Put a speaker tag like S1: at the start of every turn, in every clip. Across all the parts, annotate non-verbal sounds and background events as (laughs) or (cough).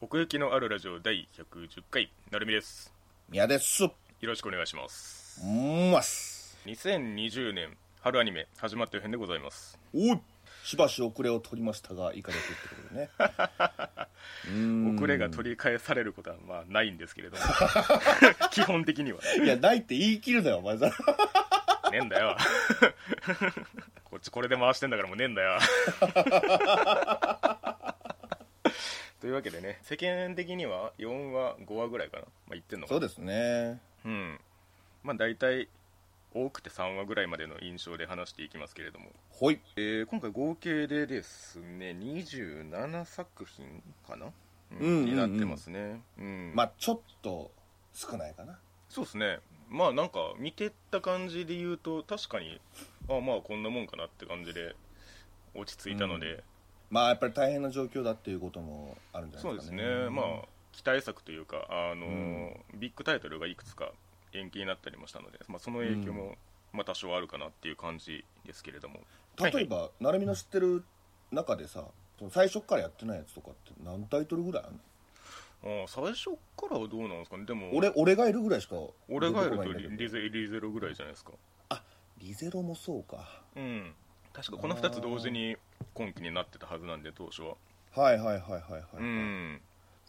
S1: 奥行きのあるラジオ第110回なるみです
S2: 宮です。う
S1: よろしくお願いします
S2: ます。
S1: 2020年春アニメ始まってる編でございます
S2: おいしばし遅れを取りましたが、いかがでってことでね。
S1: 遅れが取り返されることはまあないんですけれど
S2: (laughs)
S1: も基本的にはね
S2: いや、ないって言い切るなよ、お前さ。
S1: ねえんだよこっちこれで回してんだからもうねえん
S2: (laughs)
S1: だよというわけでね世間的には4話5話ぐらいかな、まあ、言ってんのかな
S2: そうですね。
S1: うんまあ大体多くて3話ぐらいまでの印象で話していきますけれども、
S2: ほい。
S1: えー今回合計でですね27作品かな、
S2: うんうんうん
S1: になってますね、うん
S2: まあ、ちょっと少ないかな。
S1: そうですねまあなんか見てった感じで言うと確かにあまあこんなもんかなって感じで落ち着いたので、
S2: まあ、やっぱり大変な状況だっていうこともあるんじゃな
S1: そ
S2: いうで
S1: ですす
S2: か
S1: ね
S2: ね。、
S1: まあ期待作というかあのー、ビッグタイトルがいくつか延期になったりもしたので、まあ、その影響も、まあ、多少あるかなっていう感じですけれども
S2: 例えば、なるみの知ってる中でさ、その最初からやってないやつとかって何タイトルぐらいあるの、
S1: あー最初からはどうなんですかねでも
S2: 俺、俺がいるぐらいしか出てこな
S1: 俺
S2: いんだ
S1: が
S2: け
S1: いる
S2: ど。
S1: とリリゼリゼロぐらいじゃないですか
S2: リゼロもそうか。
S1: うん確かこの2つ同時に今期になってたはずなんで当初は
S2: はいはいはいはいはい。
S1: うん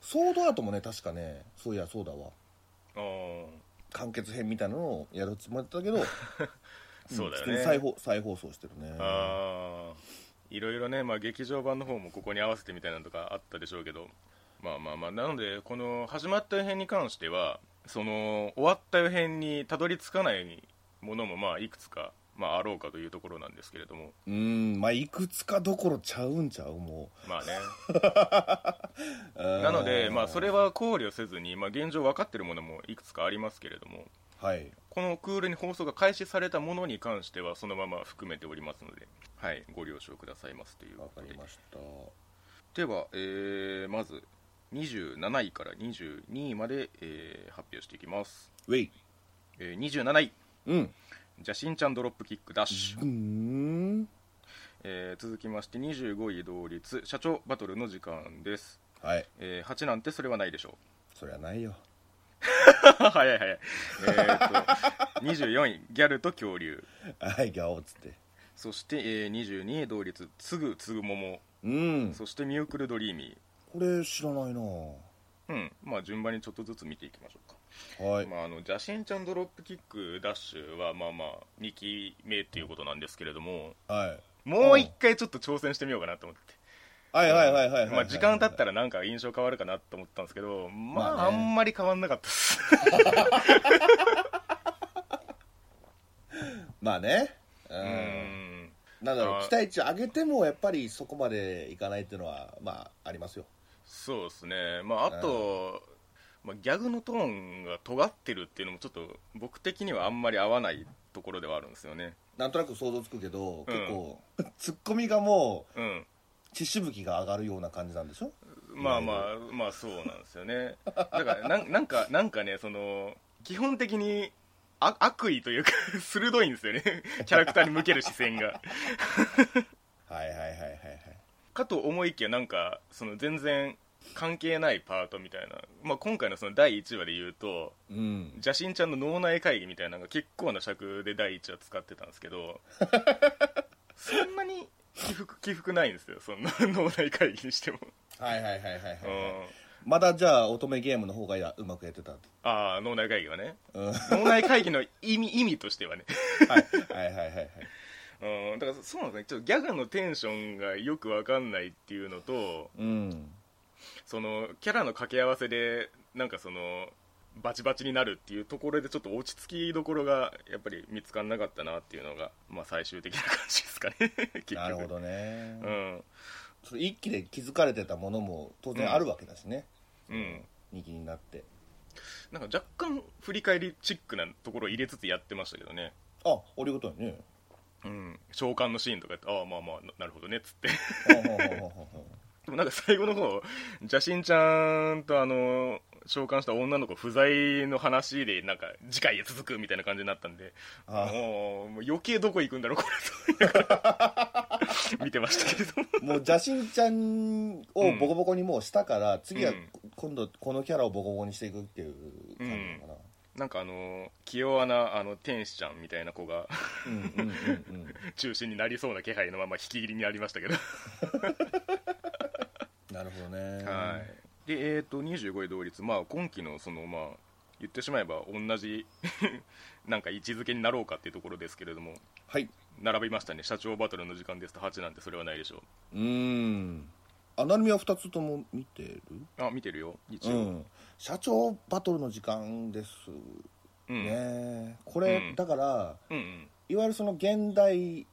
S2: ソードアートもね、確かね、そういや、そうだわ。
S1: ああ
S2: 完結編みたいなのをやるつもりだったけど
S1: (laughs) そうだよ
S2: 普通
S1: ね
S2: に再放再放送してるね
S1: ああいろいろね、まあ、劇場版の方もここに合わせてみたいなのとかあったでしょうけどまあまあまあなのでこの始まった予編に関してはその終わった予編にたどり着かないものもまあいくつか、まあ、あろうかというところなんですけれども
S2: うんまあいくつかどころちゃうんちゃうも
S1: まあね
S2: うな
S1: なのでまあそれは考慮せずに、まあ、現状分かってるものもいくつかありますけれども
S2: はい
S1: このクールに放送が開始されたものに関してはそのまま含めておりますので、はい、ご了承くださいますという
S2: わ
S1: こ
S2: か
S1: とで
S2: りました
S1: では、えーまず27位から22位まで、えー発表していきます、
S2: ウェイ
S1: えー27位
S2: うん
S1: じゃしんちゃんドロップキックダッシュ、
S2: うん
S1: えー続きまして25位同率社長バトルの時間です、
S2: はい
S1: え8なんてそれはないでしょ
S2: そりゃないよ
S1: う (laughs) 早い早いえーと24位ギャルと恐竜
S2: はいギャオっつって
S1: そして、えー22位同率つぐつぐもも
S2: うん
S1: そして見送るドリーミ
S2: これ知らないな
S1: ーうんまあ順番にちょっとずつ見ていきましょうか
S2: はい、
S1: まあ、あの邪神ちゃんドロップキックダッシュはまあまあ2期目っていうことなんですけれども
S2: はい
S1: もう一回ちょっと挑戦してみようかなと思って、
S2: はいはいはいはいはい
S1: まあ、時間経ったら
S2: ら
S1: なんか印象変わるかなと思ったんですけどまあ、
S2: まあね
S1: あんまり変わんなかったです
S2: まあねう
S1: うんん
S2: なんだろ
S1: あ
S2: う
S1: ー
S2: 期待値上げてもやっぱりそこまでいかないっていうのはまあありますよ
S1: そうですねまああと、まあ、ギャグのトーンが尖ってるっていうのもちょっと僕的にはあんまり合わないところではあるんですよね
S2: なんとなく想像つくけど、
S1: うん
S2: 結構ツッコミがも
S1: うん
S2: う血しぶきが上がるような感じなんでしょ
S1: まあまあまあそうなんですよねだからなんなんかなんかねその基本的にあ悪意というか (laughs) 鋭いんですよねキャラクターに向ける視線が
S2: はいはいはいはいはい
S1: かと思いきやなんかその全然関係ないパートみたいな、まあ、今回のその第1話で言うと
S2: うん
S1: 邪神ちゃんの脳内会議みたいなのが結構な尺で第1話使ってたんですけどそんなに起伏起伏ないんですよそんな脳内会議にしても、
S2: はいはいはいはいはい、
S1: うん
S2: まだじゃあ乙女ゲームの方がやうまくやってた
S1: ああ脳内会議はね
S2: うんはい
S1: 脳内会議の意味意味としてはね、
S2: はいはいはいはい
S1: うん、だからそうなんですねちょっとギャグのテンションがよくわかんないっていうのと
S2: うん
S1: そのキャラの掛け合わせでなんかそのバチバチになるっていうところでちょっと落ち着きどころがやっぱり見つからなかったなっていうのが、まあ、最終的な感じですかね結局
S2: (laughs) なるほ、どね、
S1: うん
S2: それ一気で気づかれてたものも当然あるわけだしね、
S1: うん、
S2: 二気になって
S1: なんか若干振り返りチックなところを入れつつやってましたけどね、
S2: あっおりごと
S1: (laughs)
S2: にね
S1: うん、召喚のシーンとかやってああまあまあななるほどねっつって
S2: ほうほうほうほうほうほ
S1: でもなんか最後の方邪神ちゃんとあの召喚した女の子不在の話でなんか次回へ続くみたいな感じになったんで
S2: あ
S1: もうもう余計どこ行くんだろうこれと思いながら見てましたけれども
S2: うもう邪神ちゃんをボコボコにもうしたから次
S1: う
S2: は
S1: ん
S2: 今度このキャラをボコボコにしていくっていう感じなのかな、
S1: なんかあの気弱なあの天使ちゃんみたいな子が
S2: うんうんうんうん
S1: 中心になりそうな気配のまま引き入りにありましたけど、
S2: なるほどね
S1: はいでえー、と25位同率、まあ、今期のその、まあ、 (laughs) 言ってしまえば同じなんか位置づけになろうかっていうところですけれども
S2: はい
S1: 並びましたね社長バトルの時間ですと8なんてそれはないでしょ
S2: うーんアナルミは2つとも見てる
S1: うあ見てるよ一
S2: う
S1: 応、
S2: ん社長バトルの時間です
S1: うん
S2: ね、これ、
S1: うん
S2: だから
S1: うんうん (laughs)
S2: いわゆるその現代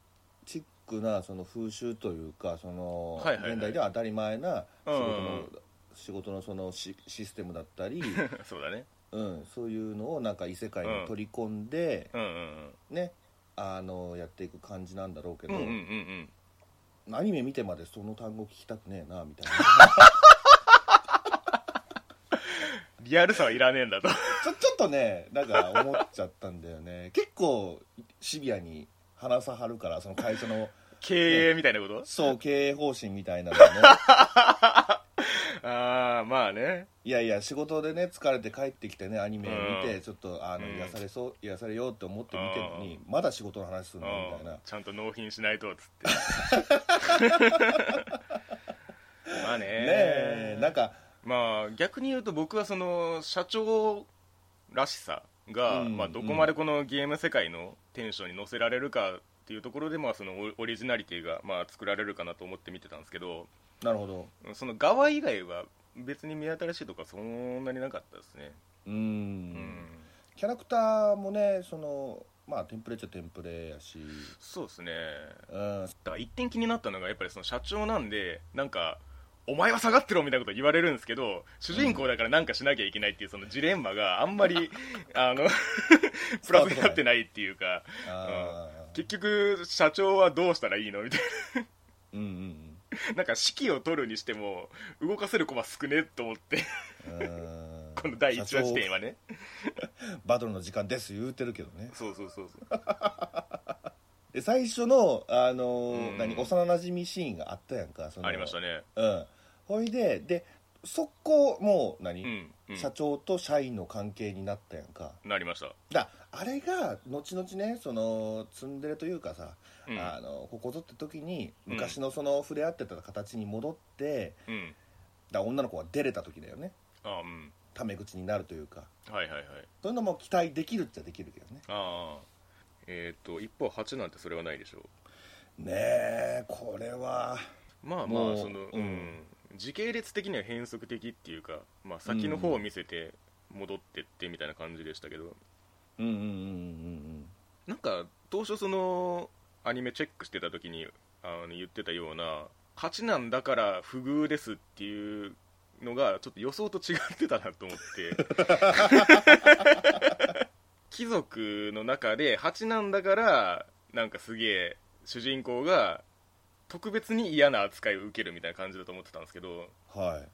S2: チックなその風習というかその、
S1: はいはいはい
S2: 現代では当たり前な仕事の,、
S1: うん
S2: 仕事のそのシシステムだった
S1: (laughs)
S2: り、
S1: そうだね
S2: うん、そういうのをなんか異世界に取り込んで、
S1: うんうん
S2: ねあのやっていく感じなんだろうけ
S1: うんう
S2: ど、
S1: んうんうん
S2: アニメ見てまでその単語聞きたくねえなみたいな
S1: (laughs) リアルさはいらねえんだと
S2: ちょちょっとねなんか思っちゃったんだよね結構シビアに話さはるからその会社の
S1: 経営みたいなこと
S2: そう経営方針みたいな
S1: (laughs)
S2: のね
S1: ああまあね
S2: いやいや仕事でね疲れて帰ってきてねアニメ見
S1: う
S2: て
S1: ん
S2: ちょっとあの
S1: うん
S2: 癒されそう癒されようって思って見てるのにまだ仕事の話するのみたいな
S1: ちゃんと納品しないとっつって
S2: (laughs)
S1: まあね
S2: ねえなんか
S1: まあ逆に言うと僕はその社長らしさが、
S2: うん
S1: まあ、どこまでこのゲーム世界のテンションに乗せられるかっていうところで、まあ、そのオオリジナリティがまあ作られるかなと思って見てたんですけど
S2: なるほど
S1: その側以外は別に目新しいとかそんなになかったですね
S2: う
S1: うん、
S2: んキャラクターもねそのまあテンプレっちゃテンプレやし
S1: そうですね
S2: うん
S1: だから一点気になったのがやっぱりその社長なんでなんかお前は下がってろみたいなこと言われるんですけど主人公だからなんかしなきゃいけないっていうそのジレンマがあんま (laughs) りあのプラスになってないっていうか
S2: あー
S1: 結局社長はどうしたらいいのみたい
S2: うんうん
S1: ななんか指揮を取るにしても動かせる子は少ねえと思って (laughs)
S2: うんうん
S1: この第1話時点
S2: 社
S1: はね
S2: 長バトルの時間です言うてるけどね
S1: そうそうそうそう
S2: で最初のあのー
S1: うん
S2: 何幼なじみシーンがあったやんかその
S1: ありましたね
S2: うんほいでで速攻もう何、
S1: うん、うん、
S2: 社長と社員の関係になったやんか
S1: なりました
S2: だあれが後々ねそのツンデレというかさ、
S1: うん
S2: あのここぞって時に
S1: うん
S2: 昔のその触れ合ってた形に戻って、
S1: うん
S2: だ女の子が出れた時だよね
S1: あうん
S2: タメ口になるというか
S1: はいはいはい
S2: そういうのも期待できるっちゃできるけどね
S1: ああえっ、と一方8なんてそれはないでしょう
S2: ねえこれは
S1: まあま
S2: も
S1: あ
S2: う
S1: その、う
S2: うん
S1: ん、時系列的には変則的っていうか、まあ、先の方を見せて戻ってってみたいな感じでしたけど、
S2: うんうんうんうん
S1: なんか当初そのアニメチェックしてた時にあの言ってたような8なんだから不遇ですっていうのがちょっと予想と違ってたなと思って
S2: (laughs)
S1: 貴族の中で8なんだからなんかすげえ主人公が特別に嫌な扱いを受けるみたいな感じだと思ってたんですけど
S2: うんはい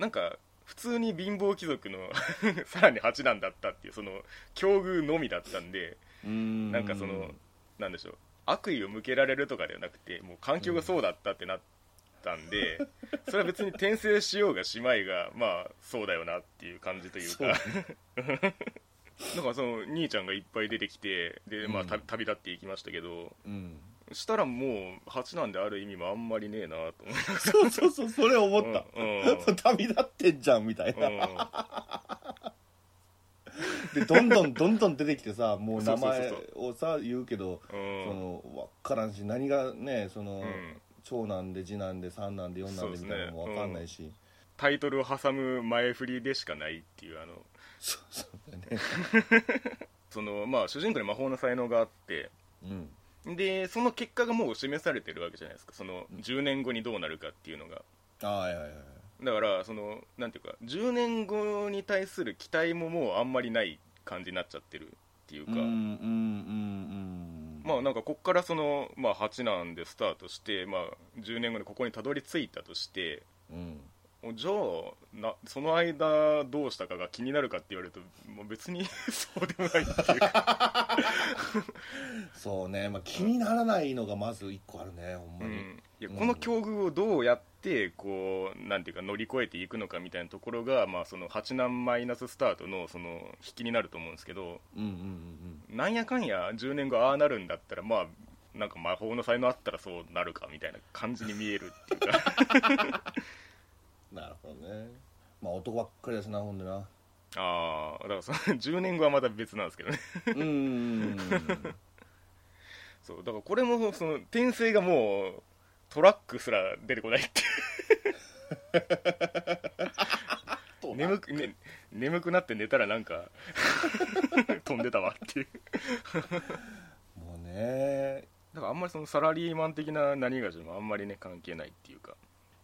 S1: なんか普通に貧乏貴族の (laughs) さらに8なんだったっていうその境遇のみだったんで
S2: うん
S1: なんかその、なんでしょう、悪意を向けられるとかではなくて、もう環境がそうだったってなったん
S2: (laughs)
S1: で、それは別に転生しようがしまいが、まあ、そうだよなっていう感じというか、
S2: そう
S1: (laughs) なんかその、兄ちゃんがいっぱい出てきて、で、まあ、た
S2: うん
S1: 旅立っていきましたけど、
S2: うん (laughs)
S1: したらもう、8なんである意味もあんまりねえなと思って
S2: そうそうそうそれ思った、
S1: うん
S2: (laughs) そう旅立ってんじゃんみたいな、
S1: うん
S2: でどんどんどんどん出てきてさもう名前
S1: そうそう
S2: をさ言うけど
S1: うん
S2: その分からんし何がねその、
S1: うん
S2: 長男で次男で三男で四男でみたいなのも
S1: そうですね
S2: 分かんないし
S1: タイトルを挟む前振りでしかないっていう、あの、
S2: そう,、そうだよね
S1: (laughs) その、まあ、主人公に魔法の才能があって、
S2: うん
S1: でその結果がもう示されてるわけじゃないですかその10年後にどうなるかっていうのが
S2: ああはいはいはい
S1: だからそのなんていうか10年後に対する期待ももうあんまりない感じになっちゃってるっていうか、
S2: うんうんうんうん
S1: まあなんかこっからその、まあ、8なんでスタートして、まあ、10年後にここにたどり着いたとして
S2: うん
S1: じゃあなその間どうしたかが気になるかって言われるともう別に (laughs) そうでもないっていうか、
S2: そうね、まあ、気にならないのがまず一個あるねほん
S1: う
S2: まに、
S1: ん、いやこの境遇をどうやってこうなんていうか乗り越えていくのかみたいなところが、まあ、その8難マイナススタートのその引きになると思うんですけど
S2: うんうんうん
S1: なんやかんや10年後ああなるんだったらまあなんか魔法の才能あったらそうなるかみたいな感じに見えるっていうか
S2: うんなるほどねまあ男ばっかりですなほんでな
S1: ああだからその10年後はまた別なんですけどね
S2: うんうんうんうん
S1: そうだからこれもその転生がもうトラックすら出てこないっていう
S2: とな
S1: 眠く、ね、眠くなって寝たらなんか飛んでたわっていう
S2: もうね
S1: だからあんまりそのサラリーマン的な何がしもあんまりね関係ないっていうか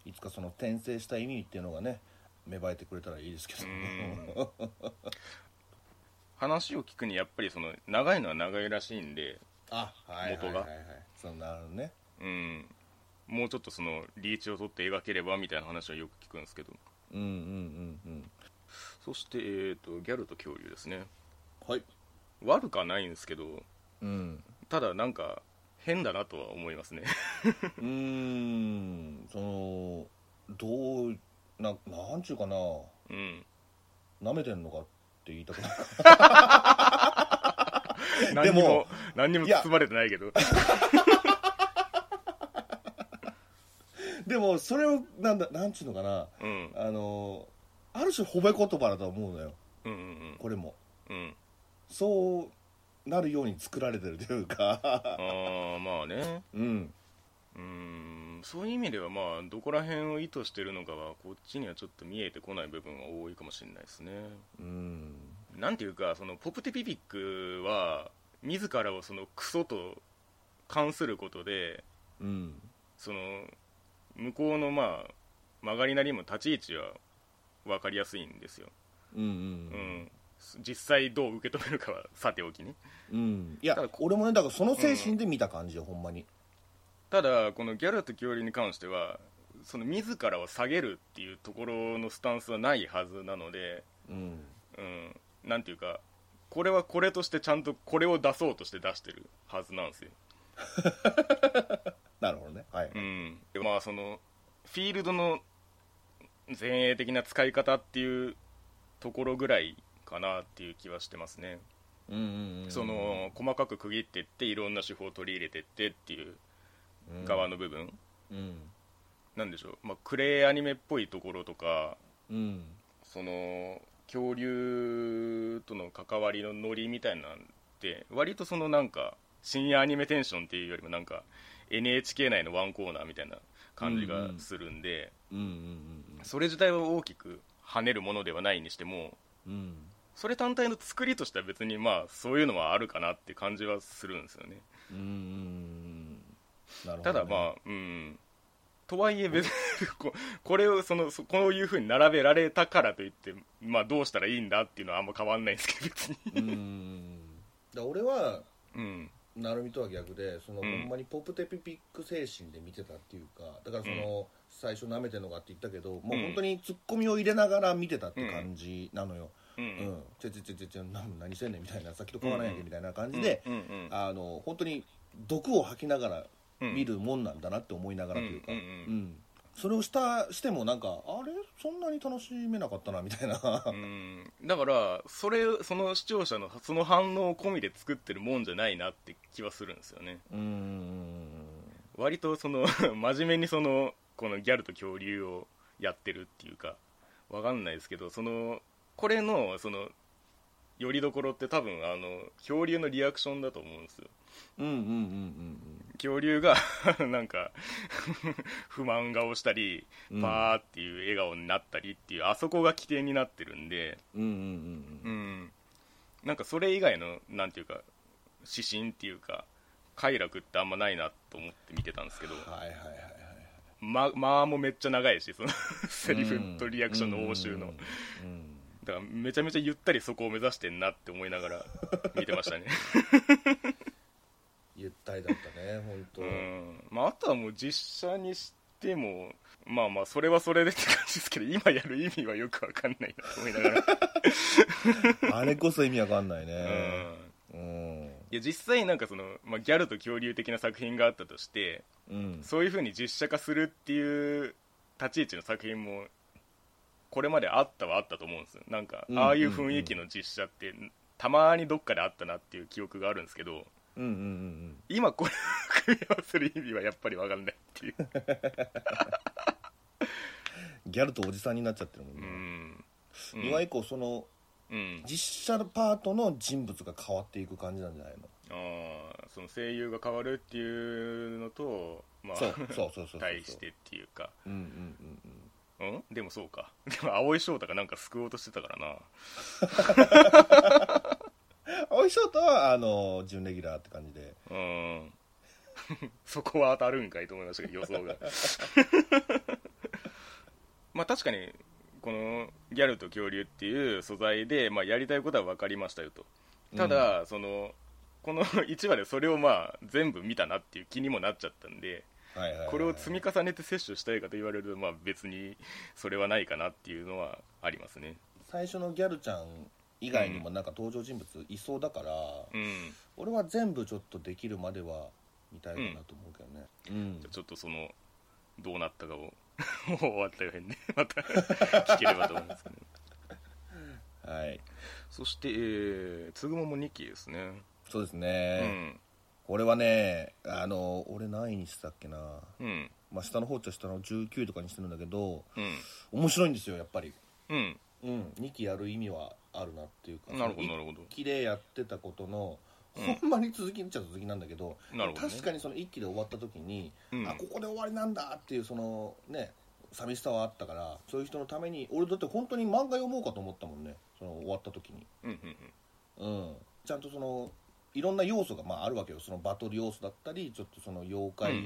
S2: いつかその転生した意味っていうのがね芽生えてくれたらいいですけどね
S1: 話を聞くにやっぱりその長いのは長いらしいんで
S2: (laughs) あはいはいはい、
S1: 元が
S2: はい、そのなるほどね
S1: うんもうちょっとそのリーチを取って描ければみたいな話はよく聞くんですけど
S2: うんうんうんうん
S1: そして、えー、とギャルと恐竜ですね
S2: はい
S1: 悪かないんですけど
S2: うん
S1: ただなんか変だなとは思いますね (laughs)
S2: うーんそのどうななんちゅうかな
S1: うん
S2: 舐めてんのかって言いたくない (laughs)
S1: 何に
S2: で
S1: も
S2: も
S1: 何にも包まれてないけど
S2: でもそれをなんだなんちゅうのかな
S1: うん
S2: あのある種褒め言葉だと思うのよ
S1: うんうん
S2: これも
S1: うんうん
S2: そうなるように作られてるというか
S1: ああまあね
S2: うん
S1: うーんそういう意味ではまあどこら辺を意図してるのかはこっちにはちょっと見えてこない部分は多いかもしれないですね
S2: うん
S1: なんていうかそのポプテピピックは自らをそのクソと関することで
S2: うん
S1: その向こうのまあ曲がりなりにも立ち位置は分かりやすいんですよ、
S2: うんう
S1: うんん、実際どう受け止めるかはさておきね
S2: うん、うん、いや
S1: だから
S2: 俺もねだからその精神で見た感じよ、ほんまに
S1: ただこのギャルと恐竜に関してはその自らを下げるっていうところのスタンスはないはずなので
S2: うん
S1: うんなんていうかこれはこれとしてちゃんとこれを出そうとして出してるはずなんですよ
S2: なるほどねはい、
S1: うんでまあそのフィールドの前衛的な使い方っていうところぐらいかなっていう気はしてますね、
S2: うんうんうん、
S1: その細かく区切ってっていろんな手法を取り入れてってっていう側の部分、
S2: うん
S1: なんでしょう、まあ、クレイアニメっぽいところとか
S2: うん
S1: その恐竜との関わりのノリみたいなんて割とそのなんか深夜アニメテンションっていうよりもなんか NHK 内のワンコーナーみたいな感じがするんで、
S2: うんうん
S1: それ自体は大きく跳ねるものではないにしても
S2: うんうん
S1: それ単体の作りとしては別にまあそういうのはあるかなって感じはするんですよね
S2: うんうんなるほどね
S1: ただまあうんとはいえ別に (laughs) ここれをそのそこういうふうに並べられたからといって、まあ、どうしたらいいんだっていうのはあんま変わんないんですけど別に
S2: うんだから俺は
S1: うん
S2: 成美とは逆でその、
S1: うん
S2: ほんまにポップテピピック精神で見てたっていうかだからその、最初舐めてんのかって言ったけどもう本当にツッコミを入れながら見てたって感じなのよ、
S1: う
S2: うんんちょちょちょちょちょな何してんねんみたいなさっきと変わらんやんけみたいな感じで、
S1: うんうん
S2: あの本当に毒を吐きながら
S1: うん
S2: 見るもんなんだなって思いながらというか、
S1: うんうんうん
S2: それをしたしてもなんかあれそんなに楽しめなかったなみたいな、
S1: (laughs) うんだからそれその視聴者のその反応込みで作ってるもんじゃないなって気はするんですよね
S2: うーん
S1: 割とその (laughs) 真面目にそのこのギャルと恐竜をやってるっていうかわかんないですけどそのこれのそのよりどころって多分あの恐竜のリアクションだと思うんですよ
S2: うんうんうん
S1: 恐竜が (laughs) なんか不満顔したり
S2: うん
S1: パーっていう笑顔になったりっていう、あそこが起点になってるんで、
S2: うんうんうん
S1: うん、なんかそれ以外のなんていうか指針っていうか快楽ってあんまないなと思って見てたんですけど
S2: うんはいはいはいはい
S1: ま間もめっちゃ長いしそのセリフとリアクションの応酬の、
S2: うんうん
S1: だからめちゃめちゃゆったりそこを目指してんなって思いなが
S2: (laughs)
S1: ら見てましたね、
S2: ゆったりだったね本当、
S1: う
S2: うん
S1: まあ、あとはもう実写にしてもまあまあそれはそれでって感じですけど今やる意味はよくわかんないなと思いながら、
S2: あれこそ意味わかんない
S1: うん
S2: ねうん、
S1: いいや実際なんかその、まあ、ギャルと恐竜的な作品があったとして
S2: うん
S1: そういうふうに実写化するっていう立ち位置の作品もこれまであったはあったと思うんですよなんか
S2: うん
S1: ああいう雰囲気の実写ってたまにどっかであったなっていう記憶があるんですけど
S2: うんうんうん
S1: 今これを組み合わせる意味はやっぱり分かんないって
S2: (laughs)
S1: いう
S2: うんギャルとおじさんになっちゃってるもん
S1: う
S2: ね、
S1: んうん
S2: 今以降その
S1: うん
S2: 実写のパートの人物が変わっていく感じなんじゃないの
S1: あーその声優が変わるっていうのとまあ (laughs)
S2: そうそうそうそうそう
S1: 対してっていうか
S2: うんうんうんうん
S1: うんでもそうかでも蒼井翔太がなんか救おうとしてたからな
S2: 青い翔太はあの準レギュラーって感じで
S1: うーんそこは当たるんかいと思いましたけど予想が (laughs) まあ確かにこのギャルと恐竜っていう素材で、まあ、やりたいことは分かりましたよとただ、そのこの (laughs) 1話でそれをまあ全部見たなっていう気にもなっちゃったんで
S2: はいはいはい
S1: これを積み重ねて摂取したいかと言われると、まあ、別にそれはないかなっていうのはありますね
S2: 最初のギャルちゃん以外にもなんか登場人物いそうだから、
S1: うん
S2: 俺は全部ちょっとできるまでは見たいかなと思うけどねうん
S1: じゃあちょっとそのどうなったかを (laughs) もう終わったよ辺でまた (laughs) 聞ければと思うんですけど、ね、
S2: はい
S1: そして、えー、つぐもも2期ですね、
S2: そうです
S1: う
S2: ね、
S1: ん
S2: これはねあの俺何位にしてたっけな、
S1: うん
S2: まあ、下の方っちゃ下の19とかにしてるんだけど
S1: うん
S2: 面白いんですよやっぱり
S1: うん
S2: うん2期やる意味はあるなっていうか
S1: なるほどな
S2: 1
S1: るほど
S2: 期でやってたことの
S1: うん
S2: ほんまに続きっちゃ続きなんだけど,、
S1: なるほどね
S2: 確かにその1期で終わった時に、
S1: うん
S2: あここで終わりなんだっていうそのね寂しさはあったからそういう人のために俺だって本当に漫画読もうかと思ったもんねその終わった時に
S1: うんうんうん
S2: うんちゃんとそのいろんな要素がまああるわけよそのバトル要素だったりちょっとその妖怪、
S1: うん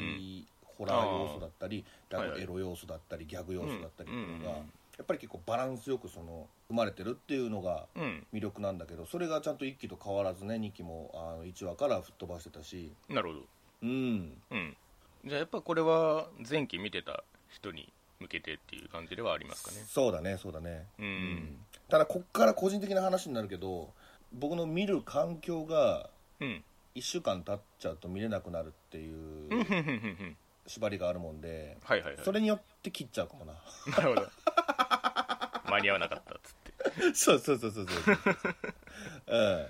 S1: う
S2: ホラー要素だったり
S1: あー
S2: ギャグエロ要素だったりギャグ要素だったりっていうのが、
S1: うんうんうん
S2: やっぱり結構バランスよくその生まれてるっていうのが
S1: うん
S2: 魅力なんだけどそれがちゃんと1期と変わらずね2期もあの1話から吹っ飛ばしてたし
S1: なるほど
S2: うん
S1: うんじゃあやっぱこれは前期見てた人に向けてっていう感じではありますかね
S2: そうだねそうだね
S1: うん
S2: ただこっから個人的な話になるけど僕の見る環境が
S1: うん
S2: 1週間経っちゃうと見れなくなるっていう
S1: うんうんうんうん
S2: 縛りがあるもんで、
S1: はいはいはい
S2: それによって切っちゃうかもな
S1: なるほど (laughs) 間に合わなかったっつって
S2: (laughs) そうそうそうそうそうそう (laughs) うん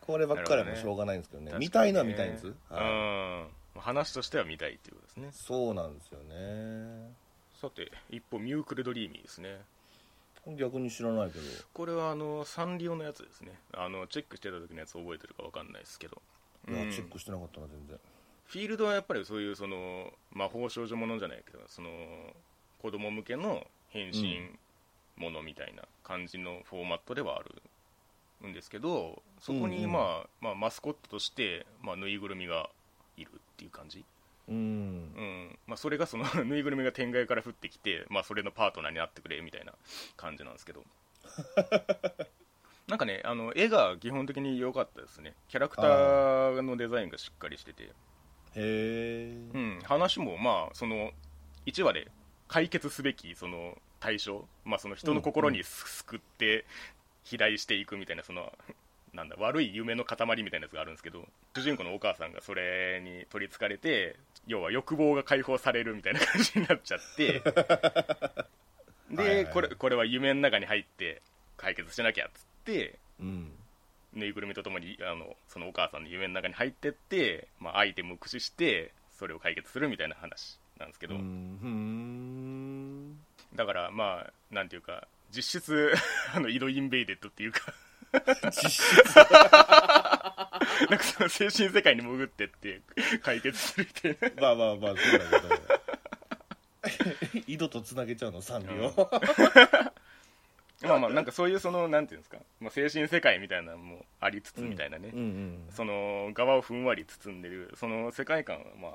S2: こればっかりはもうしょうがないんですけどね見たいのは見たいんです、
S1: 確かにねうん話としては見たいっていうことですね
S2: そうなんですよね
S1: さて一方ミュークルドリーミーですね
S2: 逆に知らないけど
S1: これはあのサンリオのやつですねあのチェックしてた時のやつ覚えてるかわかんないですけど、
S2: いや、
S1: うん
S2: チェックしてなかったな全然
S1: フィールドはやっぱりそういうその魔法少女ものじゃないけどその子供向けの変身ものみたいな感じのフォーマットではあるんですけどそこ
S2: うん
S1: に、
S2: うん
S1: まあまあ、マスコットとして、まあ、ぬいぐるみがいるっていう感じ、
S2: うん
S1: うんまあ、それがその (laughs) ぬいぐるみが天外から降ってきて、まあ、それのパートナーになってくれみたいな感じなん
S2: (laughs)
S1: ですけどなんかねあの絵が基本的に良かったですねキャラクターのデザインがしっかりしてて、
S2: へえ、
S1: うん、話もまあその1話で解決すべきその対象、まあ、その人の心
S2: う
S1: にす救って肥大していくみたいなそのなんだ悪い夢の塊みたいなやつがあるんですけど主人公のお母さんがそれに取りつかれて要は欲望が解放されるみたいな感じになっちゃってで、
S2: (laughs) はいはい
S1: これこれは夢の中に入って解決しなきゃっつって
S2: うん、
S1: ぬいぐるみとともにあのそのお母さんの夢の中に入ってって、まあ、アイテムを駆使してそれを解決するみたいな話なんですけ
S2: う
S1: ど、
S2: んふーん
S1: だからまあなんていうか実質 (laughs) あの井戸インベイデッドっていうか
S2: 実質
S1: (laughs) なんかその精神世界に潜ってって解決するみたい
S2: まあまあまあそうだけ
S1: (laughs)
S2: ど井戸とつなげちゃうのサンリオ、
S1: なまあまあなんかそういうそのなんていうんですか、まあ、精神世界みたいなのもありつつみたいなね、
S2: うんうん
S1: その側をふんわり包んでるその世界観はま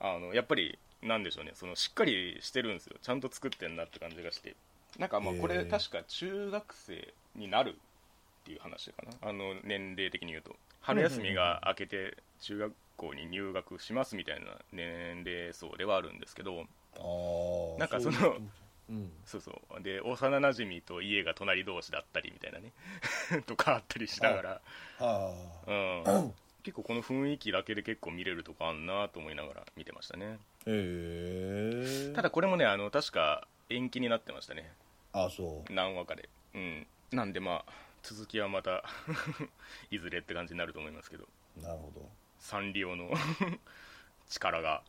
S1: ああのやっぱりなんでしょうねそのしっかりしてるんですよちゃんと作ってんなって感じがしてなんかまあ
S2: へー
S1: これ確か中学生になるっていう話かなあの年齢的に言うと春休みが明けて中学校に入学しますみたいな年齢層ではあるんですけど
S2: あー
S1: なんかその
S2: ううん
S1: そうそうで幼なじみと家が (laughs) 隣同士だったりみたいなねとかあったりしながら
S2: はあ
S1: うん結構この雰囲気だけで結構見れるとこあんなと思いながら見てましたね
S2: へえ
S1: ただこれもねあの確か延期になってましたね
S2: あそう
S1: 何話かでうんなんでまあ続きはまた (laughs) いずれって感じになると思いますけど
S2: なるほど
S1: サンリオの (laughs) 力が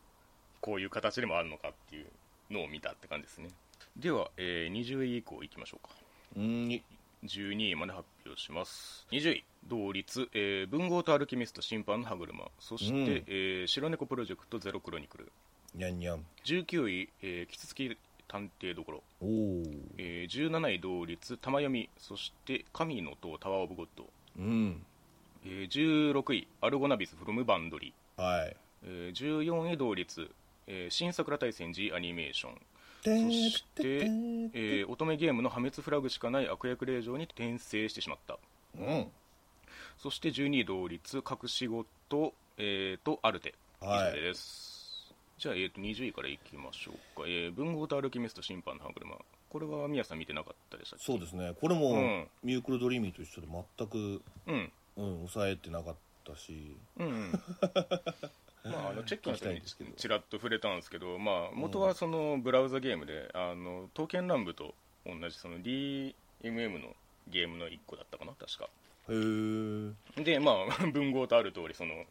S1: こういう形でもあるのかっていうのを見たって感じですねでは、えー20位以降いきましょうか
S2: うんに
S1: 12位まで発表します20位同率、えー文豪とアルキミスト審判の歯車そして、
S2: うん
S1: えー白猫プロジェクトゼロクロニクル
S2: にゃんにゃん
S1: 19位、えー、キツツキ探偵どころ、
S2: おお
S1: えー17位同率玉読みそして神の塔タワーオブゴッド、
S2: うん
S1: えー16位アルゴナビスフロムバンドリ
S2: はい
S1: えー14位同率、えー新桜大戦時アニメーション、
S2: そ
S1: してえー乙女ゲームの破滅フラグしかない悪役令嬢に転生してしまった
S2: うん
S1: そして12位同率隠し事、えーとアルテ以
S2: は
S1: 上
S2: い
S1: です、じゃあ、えー、と20位からいきましょうか、えー文豪とアルキミスト審判の歯車これは宮さん見てなかったでしたっけ
S2: そうですねこれも、
S1: うん
S2: ミュークルドリーミーと一緒で全く
S1: うん
S2: うん抑えてなかったし
S1: うん
S2: (laughs)
S1: うん、まあ、あのチェックの時
S2: 聞きたい
S1: に
S2: んですけど
S1: ちらっと触れたんですけど、まあ、元はそのブラウザゲームで、あの刀剣乱舞と同じその DMM のゲームの1個だったかな確か
S2: へえ
S1: でまあ (laughs) 文豪とある通りその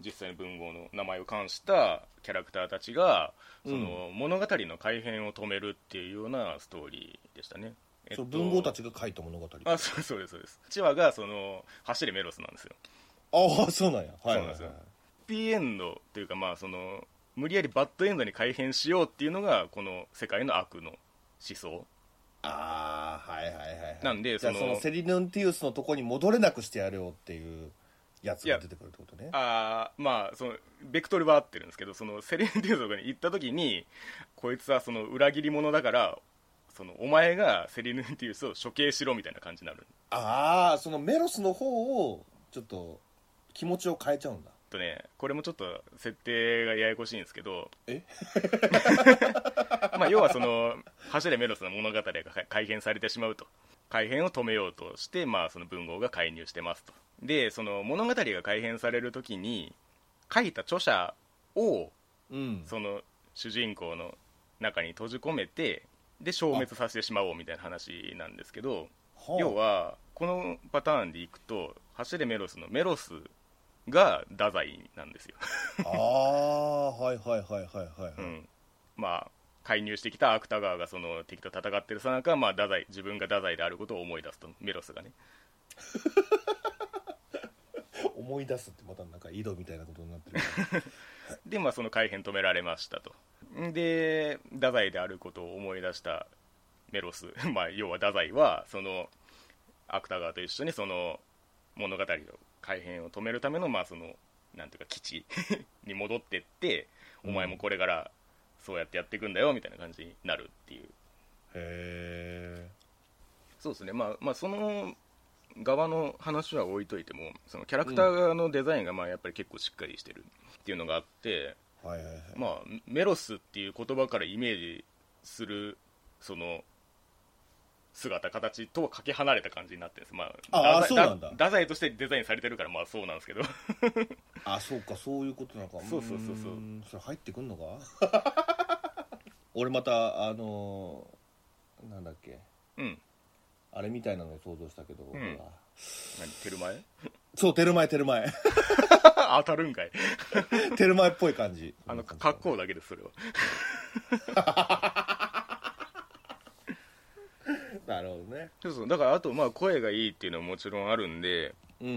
S1: 実際の文豪の名前を冠したキャラクターたちがその、物語の改変を止めるっていうようなストーリーでしたね、えっ
S2: そ
S1: と
S2: う文豪たちが書いた物語あ
S1: あそうそうですそうですチワがその走れメロスなんですよ
S2: あそうなんやはいはい、はい、
S1: そうなんですよ P エンドというかまあその無理やりバッドエンドに改変しようっていうのがこの世界の悪の思想
S2: ああはいはいはいはい
S1: なんで
S2: じゃあ
S1: そ
S2: そ
S1: の
S2: のセリヌンティウスのとこに戻れなくしてやるよっていうやつ
S1: いや
S2: が出てくるってことね
S1: あーまあそのベクトルは合ってるんですけどそのセレンディウスとかに行った時にこいつはその裏切り者だからそのお前がセリヌンティウスを処刑しろみたいな感じになる
S2: ああそのメロスの方をちょっと気持ちを変えちゃうんだ
S1: とねこれもちょっと設定がややこしいんですけど
S2: え
S1: (laughs) まあ要はその走れメロスの物語が改変されてしまうと改変を止めようとして、まあ、その文豪が介入してますとでその物語が改変される時に書いた著者を
S2: うん
S1: その主人公の中に閉じ込めてで消滅させてしまおうみたいな話なんですけど
S2: はあ
S1: 要はこのパターンでいくと走れメロスのメロスが太宰なんですよ、
S2: ああはいはいはいはいはい、
S1: う
S2: はい
S1: ん、まあ介入してきた芥川がその敵と戦ってるさなかまあ太宰自分が太宰であることを思い出すとメロスがね
S2: 思い出すってまたなんか井戸みたいなことになってる
S1: でまあその改変止められましたとで太宰であることを思い出したメロス (laughs) まあ要は太宰はその芥川と一緒にその物語の改変を止めるためのまあそのなんていうか基地 (laughs) に戻ってってお前もこれからそうやってやっていくんだよみたいな感じになるっていう
S2: へ
S1: そうですねまあまあその側の話は置いといてもそのキャラクターのデザインがまあやっぱり結構しっかりしてるっていうのがあって
S2: えはいはいはい
S1: まあ、メロスっていう言葉からイメージするその姿形とはかけ離れた感じになってるんです、まあ、太
S2: あー
S1: 宰
S2: そうなんだ
S1: 太宰としてデザインされてるからまあそうなんです
S2: (laughs)
S1: けど
S2: あそうかそういうことなのか
S1: そうそうそうそう
S2: ーんそれ入ってくんのか (laughs) 俺またあのーなんだっけ
S1: うん
S2: あれみたいなのを想像したけど、
S1: ん
S2: 俺は
S1: 何テルマエ
S2: そうテルマエテルマエ
S1: (laughs) 当たるんかい
S2: (laughs) テルマエっぽい感じ
S1: あの
S2: こんな
S1: 格
S2: 感
S1: 好だけですそれは
S2: じなるほどね
S1: そうそうだからあとまあ声がいいっていうのはもちろんあるんで
S2: うんうん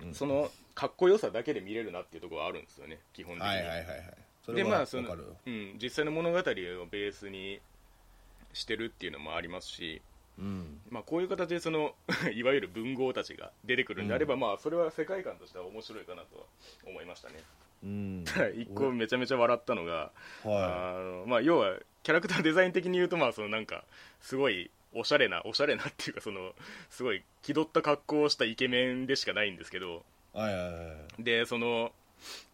S2: うんうん
S1: そのかっこよさだけで見れるなっていうところはあるんですよね基本的に
S2: はいはいはいはいそ
S1: で
S2: れは
S1: まあ
S2: わ
S1: そ
S2: か
S1: の
S2: るよ、
S1: うん、実際の物語をベースにしてるっていうのもありますし
S2: うん
S1: まあ、こういう形でその (laughs) いわゆる文豪たちが出てくるんであれば、まあそれは世界観としては面白いかなとは思いましたね (laughs)
S2: うん、
S1: 一個めちゃめちゃ笑ったのが、
S2: は
S1: あのまあ、要はキャラクターデザイン的に言うとまあそのなんかすごいおしゃれなおしゃれなっていうかそのすごい気取った格好をしたイケメンでしかないんですけど
S2: いはいはいはい
S1: でその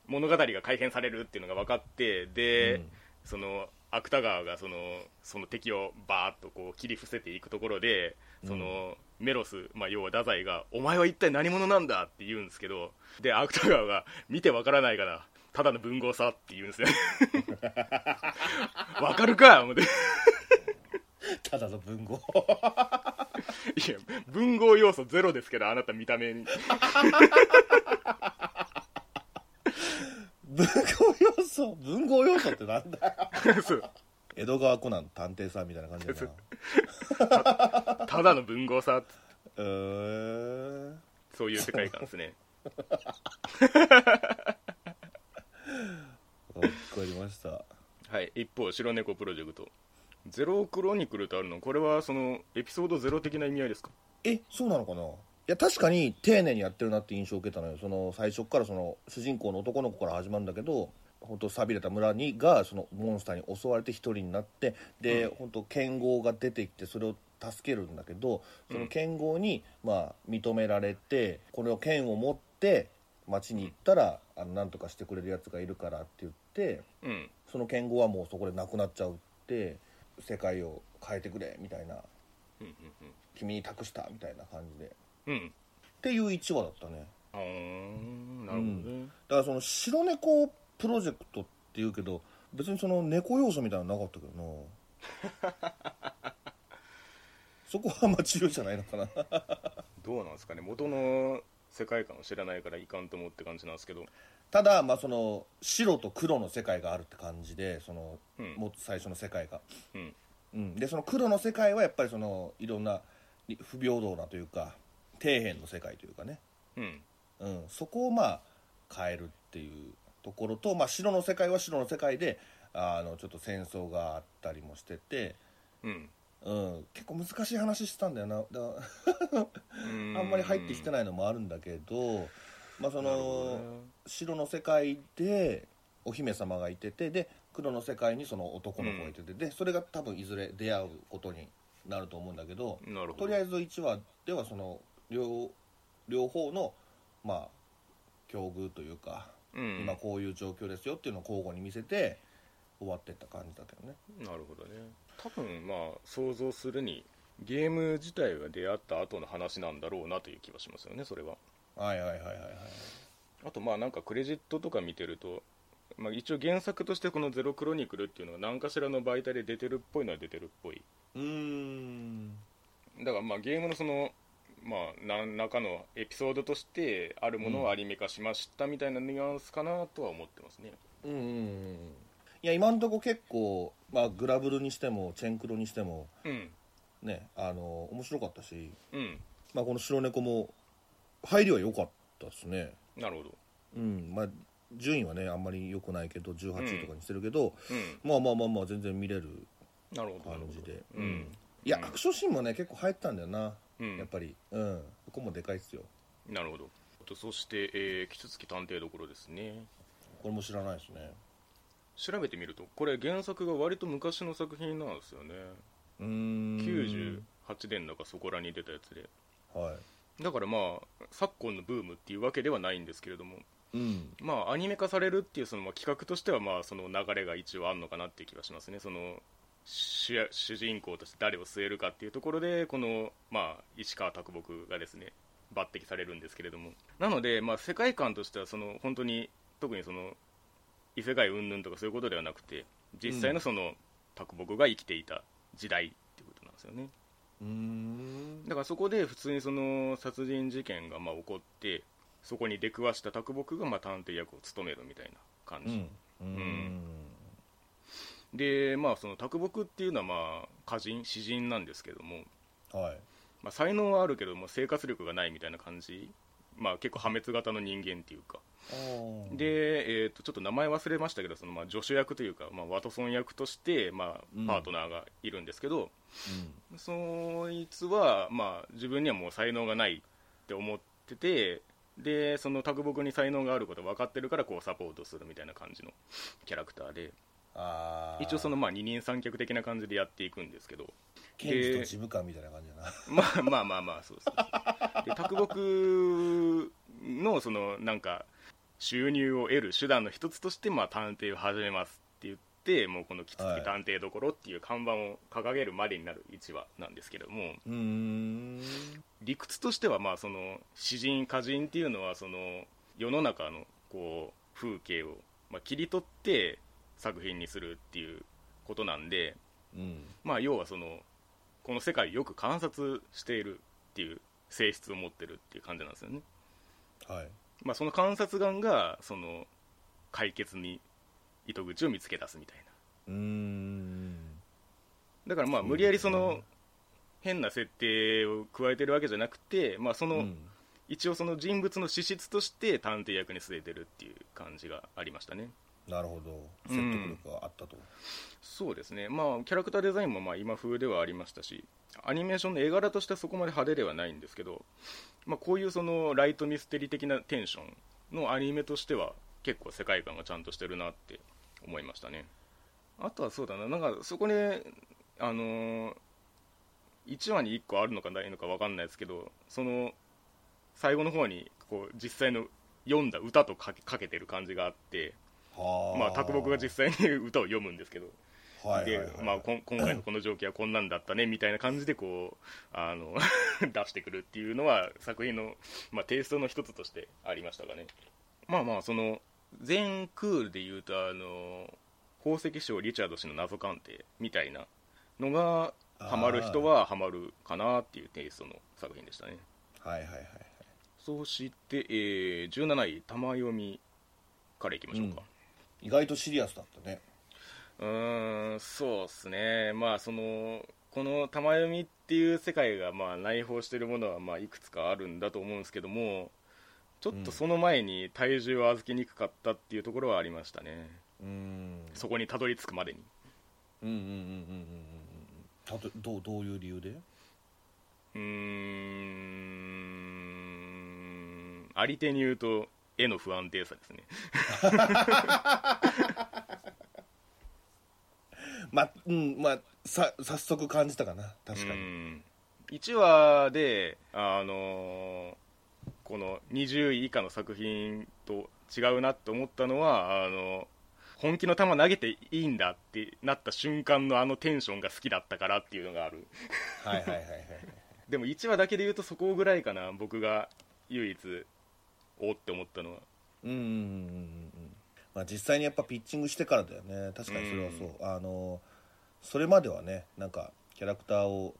S1: 物語が改変されるっていうのが分かってで、
S2: うん
S1: その芥川がそのその敵をバーッとこう切り伏せていくところでその、メロス、まあ、要は太宰が「お前は一体何者なんだ!」って言うんですけどで芥川が「見てわからないからただの文豪さ」って言うんです
S2: (laughs)
S1: ねわかるか思って
S2: ただの文豪 (laughs)
S1: いや文豪要素ゼロですけどあなた見た目に
S2: 文豪要素文豪要素ってなんだ (laughs) よ
S1: そう
S2: 江戸川コナン探偵さんみたいな感
S1: (laughs)
S2: じだな
S1: ただの文豪さ
S2: うーん
S1: そういう世界観ですね
S2: わかりました
S1: はい一方白猫プロジェクト「ゼロクロニクル」とあるのこれはそのエピソードゼロ的な意味合いですか
S2: えそうなのかないや確かに丁寧にやってるなって印象を受けたのよその最初からその主人公の男の子から始まるんだけど本当寂れた村にがそのモンスターに襲われて一人になってで、本当剣豪が出てきてそれを助けるんだけどその剣豪に、まあ、認められてこれを剣を持って町に行ったら、あのなんとかしてくれるやつがいるからって言って
S1: うん
S2: その剣豪はもうそこでなくなっちゃうって世界を変えてくれみたいな
S1: うん
S2: 君に託したみたいな感じで
S1: うんうんうん
S2: っていう1話だったね
S1: あーなるほどね、
S2: だからその白猫プロジェクトっていうけど別にその猫要素みたいなのなかったけどなそこはあんま治療じゃないのかな
S1: どうなんですかね元の世界観を知らないからいかんと思って感じなんですけど
S2: ただまあその白と黒の世界があるって感じでその
S1: うん
S2: もう最初の世界が、
S1: うん
S2: うん、でその黒の世界はやっぱりそのいろんな不平等なというか底辺の世界というかね
S1: うん
S2: うん、そこをまあ変えるっていうところと、まあ、白の世界は白の世界であのちょっと戦争があったりもしてて、
S1: うん
S2: うん、結構難しい話してたんだよなだか
S1: うー
S2: らあんまり入ってきてないのもあるんだけど、まあ、そ
S1: なるほど
S2: の
S1: ね
S2: 白の世界でお姫様がいててで黒の世界にその男の子がいてて、でそれが多分いずれ出会うことになると思うんだけど、
S1: なるほど
S2: とりあえず1話ではその両両方のまあ境遇というか、
S1: うん、
S2: 今こういう状況ですよっていうのを交互に見せて終わってった感じだけどね
S1: なるほどね多分まあ想像するにゲーム自体が出会った後の話なんだろうなという気はしますよねそれは
S2: はいはいはいはいはい
S1: あとまあなんかクレジットとか見てると、まあ、一応原作としてこの「ゼロクロニクル」っていうのが何かしらの媒体で出てるっぽいのは出てるっぽいう
S2: ーん
S1: だからまあゲームのそのまあ何らかのエピソードとしてあるものをアニメ化しましたみたいなニュアンスかなとは思ってますね
S2: うんうんうんいや今んとこ結構、まあ、グラブルにしてもチェンクロにしても
S1: うん
S2: ねあの面白かったし、
S1: うん
S2: まあ、この白猫も入りは良かったですね
S1: なるほど
S2: うんまあ順位はねあんまり良くないけど18位とかにしてるけど、
S1: うん
S2: まあまあまあまあ全然見れる
S1: なるほどなる
S2: 感
S1: ほ
S2: じ
S1: ど
S2: で、
S1: うん
S2: いや、
S1: うん
S2: アクションシーンもね結構入ってたんだよな、
S1: うん
S2: やっぱりうんここもでかいっすよ
S1: なるほどとそして、えー、キツツキ探偵どころですね
S2: これも知らないですね
S1: 調べてみるとこれ原作が割と昔の作品なんですよね
S2: うーん
S1: 98年だかそこらに出たやつで
S2: は
S1: だからまあ昨今のブームっていうわけではないんですけれども
S2: いうん
S1: まあアニメ化されるっていうそのまあ企画としてはまあその流れが一応あるのかなっていう気がしますねその主や主人公として誰を据えるかっていうところでこのまあ石川啄木がですね抜擢されるんですけれどもなのでまあ世界観としてはその本当に特にその異世界云々とかそういうことではなくて実際のその啄木が生きていた時代っていうことなんですよね、
S2: うーん
S1: だからそこで普通にその殺人事件がまあ起こってそこに出くわした啄木がまあ探偵役を務めるみたいな感
S2: う
S1: じ、
S2: んうーん
S1: でまあその啄木っていうのはまあ歌人詩人なんですけども、
S2: はい
S1: まあ、才能はあるけども生活力がないみたいな感じまあ結構破滅型の人間っていうか
S2: あー
S1: で、えー、とちょっと名前忘れましたけどそのまあ助手役というか、まあ、ワトソン役として、まあ
S2: うん、
S1: パートナーがいるんですけど、そいつは、まあ、自分にはもう才能がないって思っててでその啄木に才能があること分かってるからこうサポートするみたいな感じのキャラクターで
S2: あー
S1: 一応そのまあ二人三脚的な感じでやっていくんですけど (laughs)
S2: 検事と事務官みたいな感じだ
S1: まあ
S2: な
S1: まあまあまあそうそうそうで啄木のそのなんか収入を得る手段の一つとして、まあ、探偵を始めますって言ってもうこの「きつ
S2: は
S1: き
S2: い
S1: 探偵どころ」っていう看板を掲げるまでになる一話なんですけども、
S2: うーん
S1: 理屈としてはまあその詩人歌人っていうのはその世の中のこう風景を、まあ、切り取って作品にするっていうことなんで、
S2: うん
S1: まあ、要はそのこの世界をよく観察しているっていう性質を持ってるっていう感じなんですよね、
S2: はい
S1: まあ、その観察眼がその解決に糸口を見つけ出すみたいな
S2: うーん
S1: だからまあ
S2: そうですね
S1: 無理やりその変な設定を加えてるわけじゃなくて、まあ、そうの
S2: ん
S1: 一応その人物の資質として探偵役に据えてるっていう感じがありましたね
S2: なるほど
S1: う
S2: 説
S1: ん
S2: 得力があったと、
S1: そうですねまあキャラクターデザインもまあ今風ではありましたしアニメーションの絵柄としてはそこまで派手ではないんですけど、まあ、こういうそのライトミステリー的なテンションのアニメとしては結構世界観がちゃんとしてるなって思いましたねあとはそうだななんかそこであのー、1話に1個あるのかないのかわかんないですけどその最後の方にこう実際の読んだ歌とかけかけてる感じがあって
S2: は
S1: まあ卓木が実際に歌を読むんですけど
S2: はいはい
S1: で
S2: はい、
S1: まあ、こん今回のこの状況はこんなんだったねみたいな感じでこうあの (laughs) 出してくるっていうのは作品の、まあ、テイストの一つとしてありましたがねまあまあその全クールでいうとあの宝石商リチャード氏の謎鑑定みたいなのがハマる人はハマるかなっていうテイストの作品でしたね
S2: はいはいはいはい
S1: そして、えー17位玉読みからいきましょうか、
S2: 意外とシリアスだったね
S1: うーんそうっすねまあそのこの玉読みっていう世界がまあ内包してるものはまあいくつかあるんだと思うんですけどもちょっとその前に体重を預けにくかったっていうところはありましたね、
S2: うーん
S1: そこにたどり着くまでに
S2: うんうんうんうんうんうんうんたとどうどういう理由で
S1: うーんあり手に言うと絵の不安定さですね
S2: まあうんまあさ早速感じたかな確かに
S1: うん1話で、あのーこの20位以下の作品と違うなって思ったのはあの本気の球投げていいんだってなった瞬間のあのテンションが好きだったからっていうのがある
S2: はいはいはいはい
S1: でも1話だけで言うとそこぐらいかな僕が唯一おーって思ったのは
S2: うんうんうんうんうんまあ実際にやっぱピッチングしてからだよね確かにそれはそう、あのそれまではねなんかキャラクターを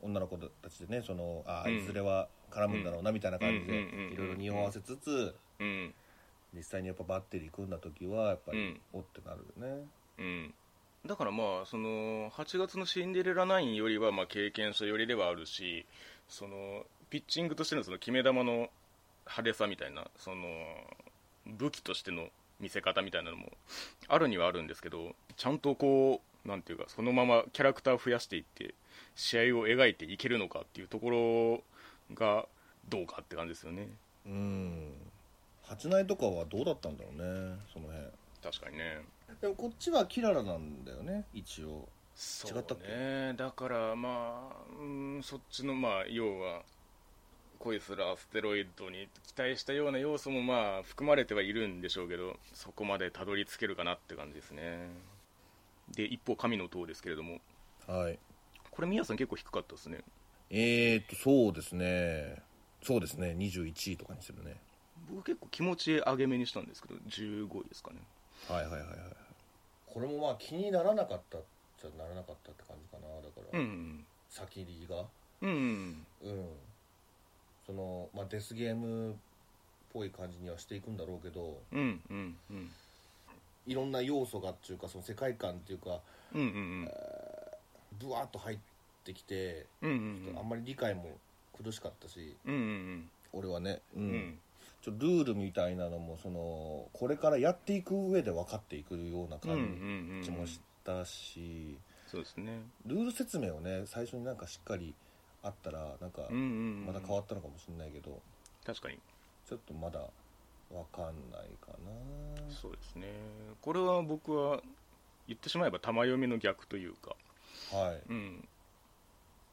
S2: 女の子たちでねそのああ
S1: うん
S2: いずれは絡むんだろうなみたいな感
S1: うん
S2: じで
S1: うんうんうんうん
S2: いろいろ匂わせつつ
S1: うん
S2: 実際にやっぱバッテリー組んだ時はやっぱ
S1: う
S2: り
S1: ん
S2: おってなるよね
S1: うんだからまあその8月のシンデレラナインよりはまあ経験者寄りではあるしそのピッチングとしてのその決め球の派手さみたいなその武器としての見せ方みたいなのもあるにはあるんですけどちゃんとこうなんていうかそのままキャラクターを増やしていって試合を描いていけるのかっていうところがどうかって感じですよね
S2: うん八内とかはどうだったんだろうねその辺
S1: 確かにね
S2: でもこっちはキララなんだよね一応
S1: そう
S2: 違ったっけ
S1: ねだからまあうんそっちのまあ要は恋するアステロイドに期待したような要素もまあ含まれてはいるんでしょうけどそこまでたどり着けるかなって感じですねで一方神の塔ですけれども
S2: はい
S1: これ宮さん結構低かったですね
S2: えーとそうですねそうですね21位とかにするね
S1: 僕結構気持ち上げ目にしたんですけど15位ですかね
S2: はいはいはいはいこれもまあ気にならなかったじゃならなかったって感じかなだから、
S1: うん
S2: 先入りが
S1: うんうん
S2: うんその、まあ、デスゲームっぽい感じにはしていくんだろうけど
S1: うんうんうんうん
S2: いろんな要素がっていうかその世界観っていうか
S1: うんうん
S2: ブワーッと入ってきて、
S1: うんうんうん
S2: あんまり理解も苦しかったし
S1: うんうん
S2: 俺はねう、
S1: うんん
S2: ちょっとルールみたいなのもそのこれからやっていく上で分かっていくような
S1: うんうんうんう
S2: 感
S1: ん
S2: じもしたし、
S1: そうですね
S2: ルール説明をね最初になんかしっかりあったらなんか
S1: うんうんうん
S2: また変わったのかもしれないけど、
S1: 確かに
S2: ちょっとまだ分かんないかな
S1: そうですねこれは僕は言ってしまえば玉読みの逆というか、
S2: はい
S1: うん、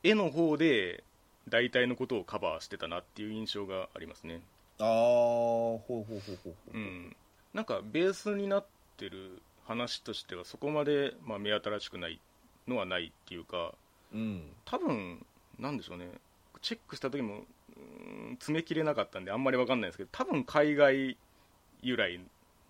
S1: 絵の方で大体のことをカバーしてたなっていう印象がありますね、
S2: ああほうほうほうほうほう、
S1: うん、なんかベースになってる話としてはそこまで、まあ、目新しくないのはないっていうか
S2: うん
S1: 多分なんでしょうねチェックした時もうん詰め切れなかったんであんまり分かんないんですけど多分海外由来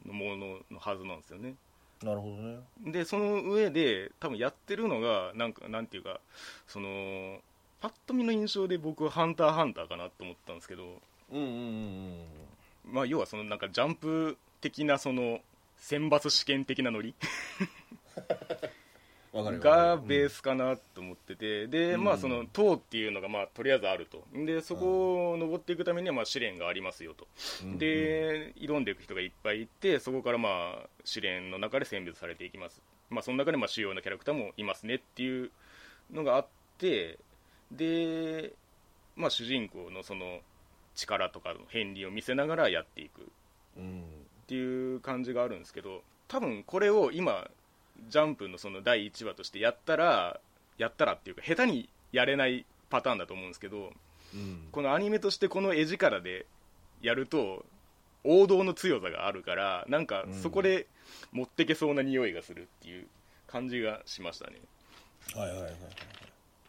S1: のもののはずなんですよね
S2: なるほどね
S1: でその上で多分やってるのがなんかなんていうかそのパッと見の印象で僕は「ハンターハンター」かなと思ったんですけど、
S2: うんうんうんうん
S1: まあ、要はそのなんかジャンプ的なその選抜試験的なノリ
S2: わかるよ
S1: が
S2: うん
S1: ベースかなと思ってて、でまあその塔っていうのがまあとりあえずあるとでそこを登っていくためにはまあ試練がありますよと、
S2: うん
S1: で挑んでいく人がいっぱいいてそこからまあ試練の中で選別されていきます、まあ、その中でまあ主要なキャラクターもいますねっていうのがあってで、まあ、主人公のその力とかの片鱗を見せながらやっていく
S2: うん
S1: っていう感じがあるんですけど多分これを今ジャンプのその第1話としてやったらやったらっていうか下手にやれないパターンだと思うんですけど
S2: うん
S1: このアニメとしてこの絵力でやると王道の強さがあるからなんかそこで持ってけそうな匂いがするっていう感じがしましたね
S2: はいはいはい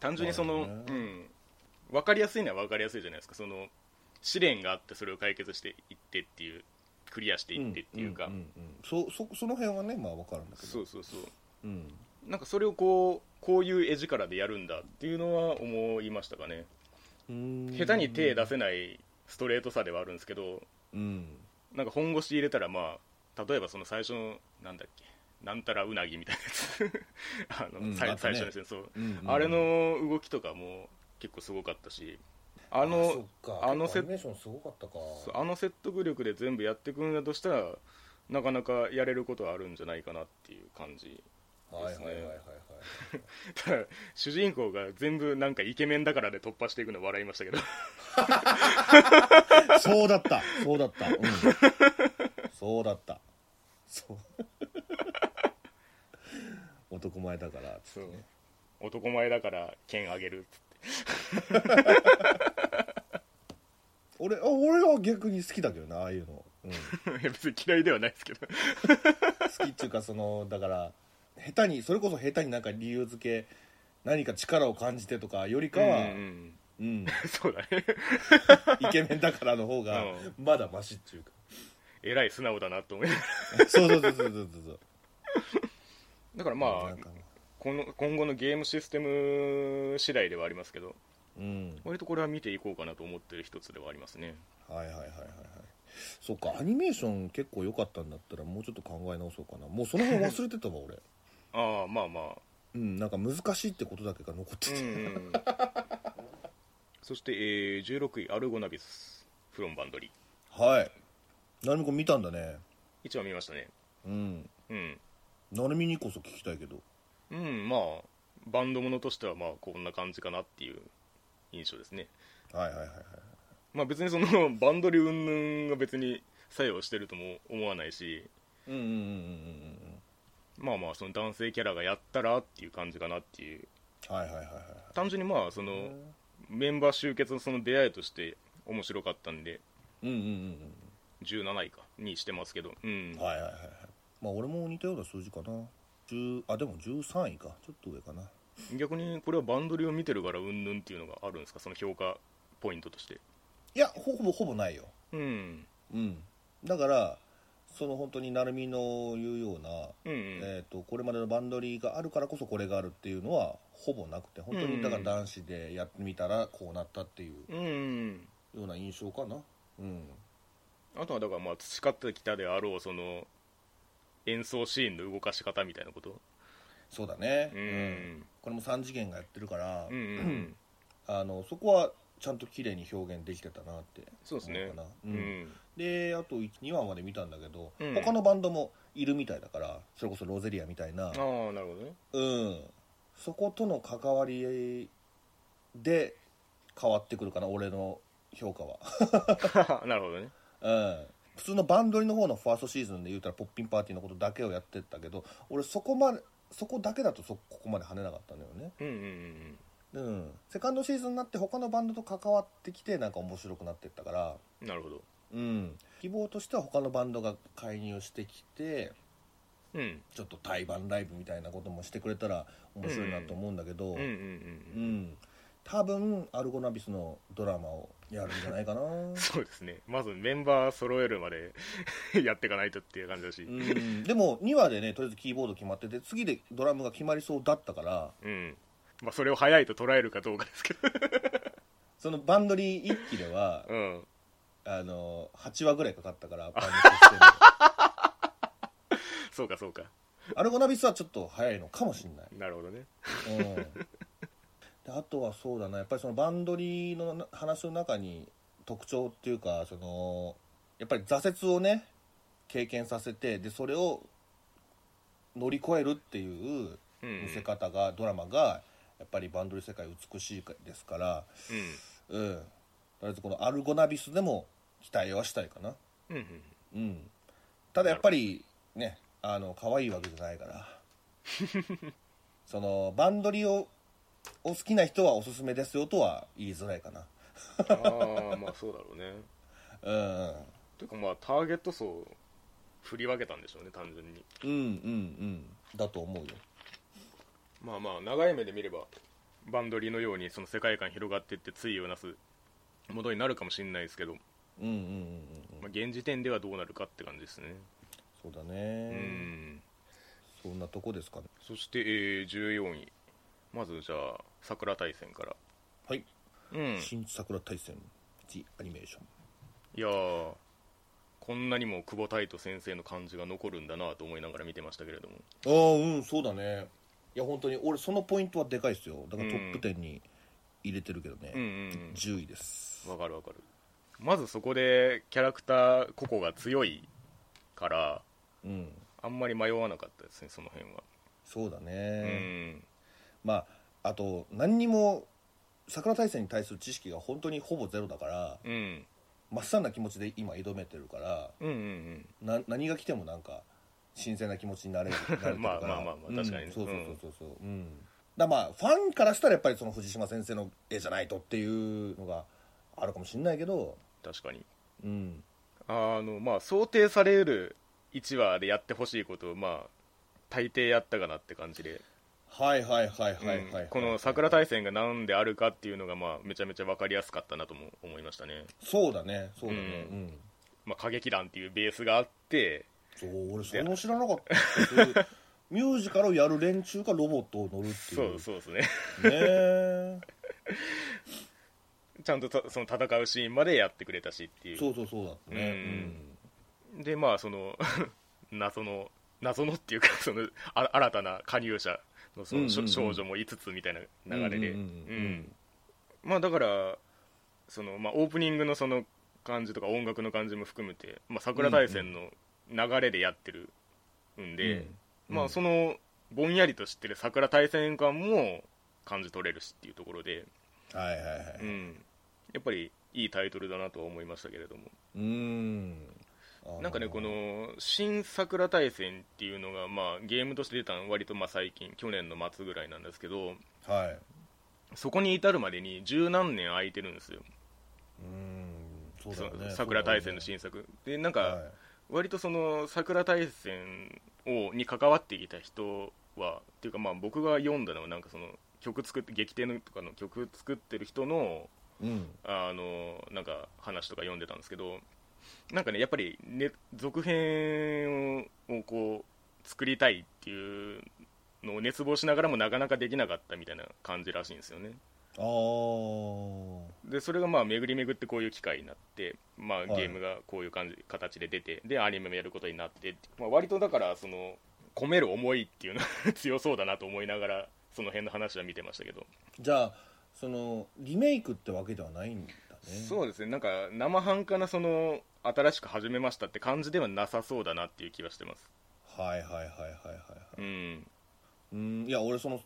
S1: 単純にその、
S2: なるほ
S1: う
S2: ど
S1: ん、分かりやすいのは分かりやすいじゃないですかその試練があってそれを解決していってっていうクリアしていってっていうか、
S2: んんんそそその辺はねまあわかるんだけど
S1: そうそうそう
S2: うん
S1: なんかそれをこうこういう絵力でやるんだっていうのは思いましたかね
S2: うん
S1: 下手に手出せないストレートさではあるんですけど
S2: うん
S1: なんか本腰入れたらまあ例えばその最初のなんだっけなんたらうなぎみたいなやつ (laughs) あの、
S2: うん
S1: さい
S2: あった
S1: 最
S2: ね
S1: 初のやつねそう、
S2: うんうん
S1: あれの動きとかも結構すごかったしあ
S2: そっ
S1: の
S2: か
S1: あの
S2: 結構
S1: セ
S2: アニメーションすごかったか
S1: そうあの説得力で全部やってくんだとしたらなかなかやれることはあるんじゃないかなっていう感じ (laughs)
S2: はいはいはいはいはい
S1: ただ主人公が全部なんかイケメンだからで突破していくの笑いましたけど
S2: そうだったそうだ (laughs) った、うん、そうだった (laughs) そう男前だからっつってね
S1: 男前だから剣あげるっ (laughs) つって
S2: 俺あ俺は逆に好きだけどなああいうの、うん、
S1: いや別に嫌いではないですけど
S2: 好きっていうかそのだから下手にそれこそ下手になんか理由付け何か力を感じてとかよりかは、
S1: うんうん
S2: うん、
S1: そうだね
S2: イケメンだからの方が
S1: う
S2: まだマシっていうか
S1: えらい素直だなと思いながら
S2: そうそうそうそうそう (laughs) そう
S1: だから
S2: な
S1: ま
S2: ん
S1: あ
S2: かね
S1: この今後のゲームシステム次第ではありますけど
S2: うん
S1: 割とこれは見ていこうかなと思ってる一つではありますね
S2: はいはいはいはいはいそっかアニメーション結構良かったんだったらもうちょっと考え直そうかなもうその辺忘れてたわ俺 (laughs)
S1: ああまあまあ
S2: うんなんか難しいってことだけが残って
S1: う
S2: て、
S1: ん
S2: (laughs)
S1: うんそして、えー16位アルゴナビスフロンバンドリ
S2: はい成美君見たんだね
S1: 一応見ましたね
S2: うん
S1: うん
S2: 成美にこそ聞きたいけど
S1: うんまあバンドものとしてはまあこんな感じかなっていう印象ですね
S2: はいはいはいはい
S1: まあ別にそのバンドリ云々が別に作用してるとも思わないし
S2: うんうんうんうん
S1: まあまあその男性キャラがやったらっていう感じかなっていう
S2: うんはいはいはいはい
S1: 単純にまあそのメンバー集結のその出会いとして面白かったんで
S2: うんうん
S1: 17位かにしてますけどうん
S2: うんうんはいはいはいはいまあ俺も似たような数字かな10あでも13位かちょっと上かな
S1: 逆にこれはバンドリを見てるから云々っていうのがあるんですかその評価ポイントとして
S2: いやほほぼほぼないよ
S1: うん
S2: うんだからその本当に成美の言うような
S1: うんうん
S2: えー、とこれまでのバンドリーがあるからこそこれがあるっていうのはほぼなくて本当
S1: うん
S2: にだから男子でやってみたらこうなったっていう
S1: うんうん
S2: ような印象かなうん
S1: あとはだからまあ培ってきたであろうその演奏シーンの動かし方みたいなこと
S2: そうだね、
S1: うん
S2: これも3次元がやってるから、
S1: うんうん
S2: あのそこはちゃんと綺麗に表現できてたなって
S1: そうですね
S2: 思かな
S1: う
S2: うん
S1: ん
S2: であと2話まで見たんだけど、
S1: うん
S2: 他のバンドもいるみたいだからそれこそロゼリアみたいな
S1: ああなるほどね (laughs)
S2: うんそことの関わりで変わってくるかな俺の評価は
S1: なるほどね
S2: うん普通のバンドリの方のファーストシーズンで言うたらポッピンパーティーのことだけをやってたけど俺そこまでそこだけだとそここまで跳ねなかったんだよね
S1: うんうんうん
S2: うんセカンドシーズンになって他のバンドと関わってきてなんか面白くなってったから
S1: うんなるほど
S2: うん希望としては他のバンドが介入してきて
S1: うん
S2: ちょっと対バンライブみたいなこともしてくれたら面白いなと思うんだけど、
S1: うんうんうん
S2: うん、多分アルゴナビスのドラマをやるんじゃない (laughs) かな
S1: そうですねまずメンバー揃えるまで (laughs) やっていかないとっていう感じだし
S2: うんでも2話でねとりあえずキーボード決まってて次でドラムが決まりそうだったから
S1: うんまあそれを早いと捉えるかどうかですけど
S2: そのバンドリー1期では
S1: うん
S2: あの8話ぐらいかかったからバンドリ (laughs)
S1: そうかそうか
S2: ーアルゴナビスはちょっと早いのかもしれない
S1: なるほどね
S2: うんであとはそうだなやっぱりそのバンドリーのな話の中に特徴っていうかそのやっぱり挫折をね経験させてでそれを乗り越えるっていう
S1: うん
S2: 見せ方が、ドラマがやっぱりバンドリー世界美しいですからうんとりあえずこの「アルゴナビス」でも期待はしたいかな
S1: うん、うんうん、
S2: うんただやっぱりねあの可愛いわけじゃないから
S1: (laughs)
S2: そのバンドリをお好きな人はおすすめですよとは言いづらいかな
S1: ああまあそうだろうね
S2: うんうん
S1: というかまあターゲット層を振り分けたんでしょうね単純に
S2: うんうんうんだと思うよ
S1: まあまあ長い目で見ればバンドリーのようにその世界観広がっていって対をなすものになるかもしれないですけど、
S2: うんうんうんうんうん
S1: まあ、現時点ではどうなるかって感じですね
S2: そうだ
S1: うん
S2: ねそんなとこですかね
S1: そして、えー14位まずじゃあ桜大戦から
S2: はい
S1: うん
S2: 「新桜大戦1アニメーション
S1: いやーこんなにも久保太斗先生の感じが残るんだなと思いながら見てましたけれども」
S2: ああうんそうだねいや本当に俺そのポイントはでかいですよだからトップ10に入れてるけどね、
S1: うんうん
S2: 10位です
S1: うんわかるわかるまずそこでキャラクター個々が強いから
S2: うん
S1: あんまり迷わなかったですねその辺は
S2: そうだ
S1: う
S2: ね、
S1: ん
S2: まああと何にも桜大戦に対する知識が本当にほぼゼロだから
S1: うん
S2: まっさんな気持ちで今挑めてるから
S1: うんうん
S2: な何が来てもなんか新鮮な気持ち
S1: (laughs)
S2: になれるなれてるから
S1: まあまあまあまあ
S2: うん
S1: 確かにね
S2: そうそうそうそうそううんだからまあファンからしたらやっぱりその藤島先生の絵じゃないとっていうのがあるかもしれないけど
S1: 確かに
S2: うん
S1: あのまあ想定される1話でやってほしいことをまあ大抵やったかなって感じで
S2: はいはいはいはいはいはい、
S1: うんこの桜大戦が何であるかっていうのがまあめちゃめちゃ分かりやすかったなとも思いましたね、
S2: そうだねそうだね
S1: う
S2: うん
S1: まあ、歌劇団っていうベースがあって
S2: そう俺それも知らなかったそういうミュージカルをやる連中がロボットを乗るって
S1: そ
S2: いう
S1: うそうですね (laughs)
S2: ねえ
S1: ちゃんとたその戦うシーンまでやってくれたしっていう
S2: そうそうそうだったね
S1: でまあその (laughs) 謎の謎のっていうか (laughs) そのあ新たな加入者のその、
S2: うんうんうん
S1: 少女も5つみたいな流れで
S2: うんうんうんうん
S1: うんまあだからその、まあ、オープニングのその感じとか音楽の感じも含めて、まあ、桜大戦の流れでやってるんで、
S2: うん
S1: まあそのぼんやりと知ってる桜大戦感も感じ取れるしっていうところで、
S2: うんはいはいは
S1: う
S2: い
S1: ん、やっぱりいいタイトルだなとは思いましたけれども
S2: うん
S1: なんかね、
S2: あー
S1: この新桜大戦っていうのが、まあ、ゲームとして出たの割とまあ最近、去年の末ぐらいなんですけど、
S2: はい
S1: そこに至るまでに十何年空いてるんですよ、
S2: うんそうだ
S1: そ
S2: よね
S1: の桜大戦の新作。で、なんか、割とその桜大戦をに関わってきた人は、っていうか、まあ僕が読んだのは、なんかその曲作って、劇艇のとかの曲作ってる人の、
S2: そうだよね
S1: あのなんか話とか読んでたんですけどなんかねやっぱり、ね、続編ををこう作りたいっていうのを熱望しながらもなかなかできなかったみたいな感じらしいんですよね
S2: うんあ
S1: でそれがまあ巡り巡ってこういう機会になって、まあ、
S2: い
S1: ゲームがこういう感じ、形で出てでアニメもやることになって、まあ、割とだからその込める思いっていうのが (laughs) 強そうだなと思いながらその辺の話は見てましたけど
S2: あじゃあそのリメイクってわけではないんだね
S1: そうですね、なんか生半可なその新しく始めましたって感じではなさそうだなっていう気はしてます、
S2: はいはいはいはいはいは
S1: う
S2: い
S1: ん、
S2: うんいや俺その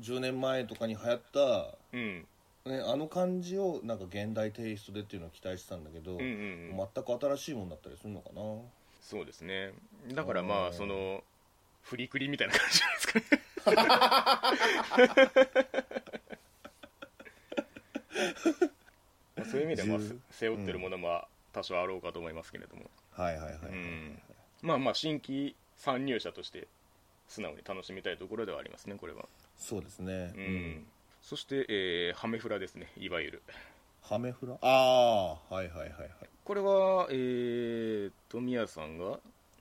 S2: 10年前とかに流行った
S1: うん、
S2: ね、あの感じをなんか現代テイストでっていうのを期待してたんだけど、
S1: うん、うん、
S2: 全く新しいもんだったりするのかな
S1: そうですね、だからま
S2: う
S1: あ、
S2: ん
S1: その、フリクリみたいな感じじゃない (laughs) ですかね、まあそういう意味では、まあ
S2: 十、
S1: 背負ってるものも多少あろうかと思いますけれども、
S2: はいはいはい、
S1: うん、まあまあ、新規参入者として、素直に楽しみたいところではありますね、これは。
S2: そうですね、
S1: うん、そして、えーハメフラですねいわゆる
S2: ハメフラああはいはいはいはい
S1: これはえーっと宮さんが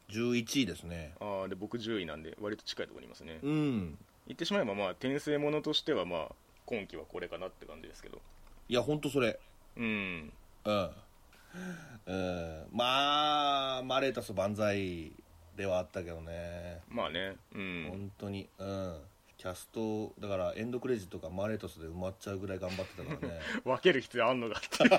S2: 11位ですね
S1: あーで僕10位なんで割と近いところにいますね
S2: うん
S1: 言ってしまえばまあ転生ものとしてはまあ今期はこれかなって感じですけど
S2: いやほんとそれ
S1: うん
S2: うん、うん、まあマレータス万歳ではあったけどね
S1: まあねう
S2: 本
S1: ん
S2: 当にうんキャストだからエンドクレジットがマレータスで埋まっちゃうぐらい頑張ってた
S1: (laughs)
S2: からね
S1: 分ける必要あんのかっていう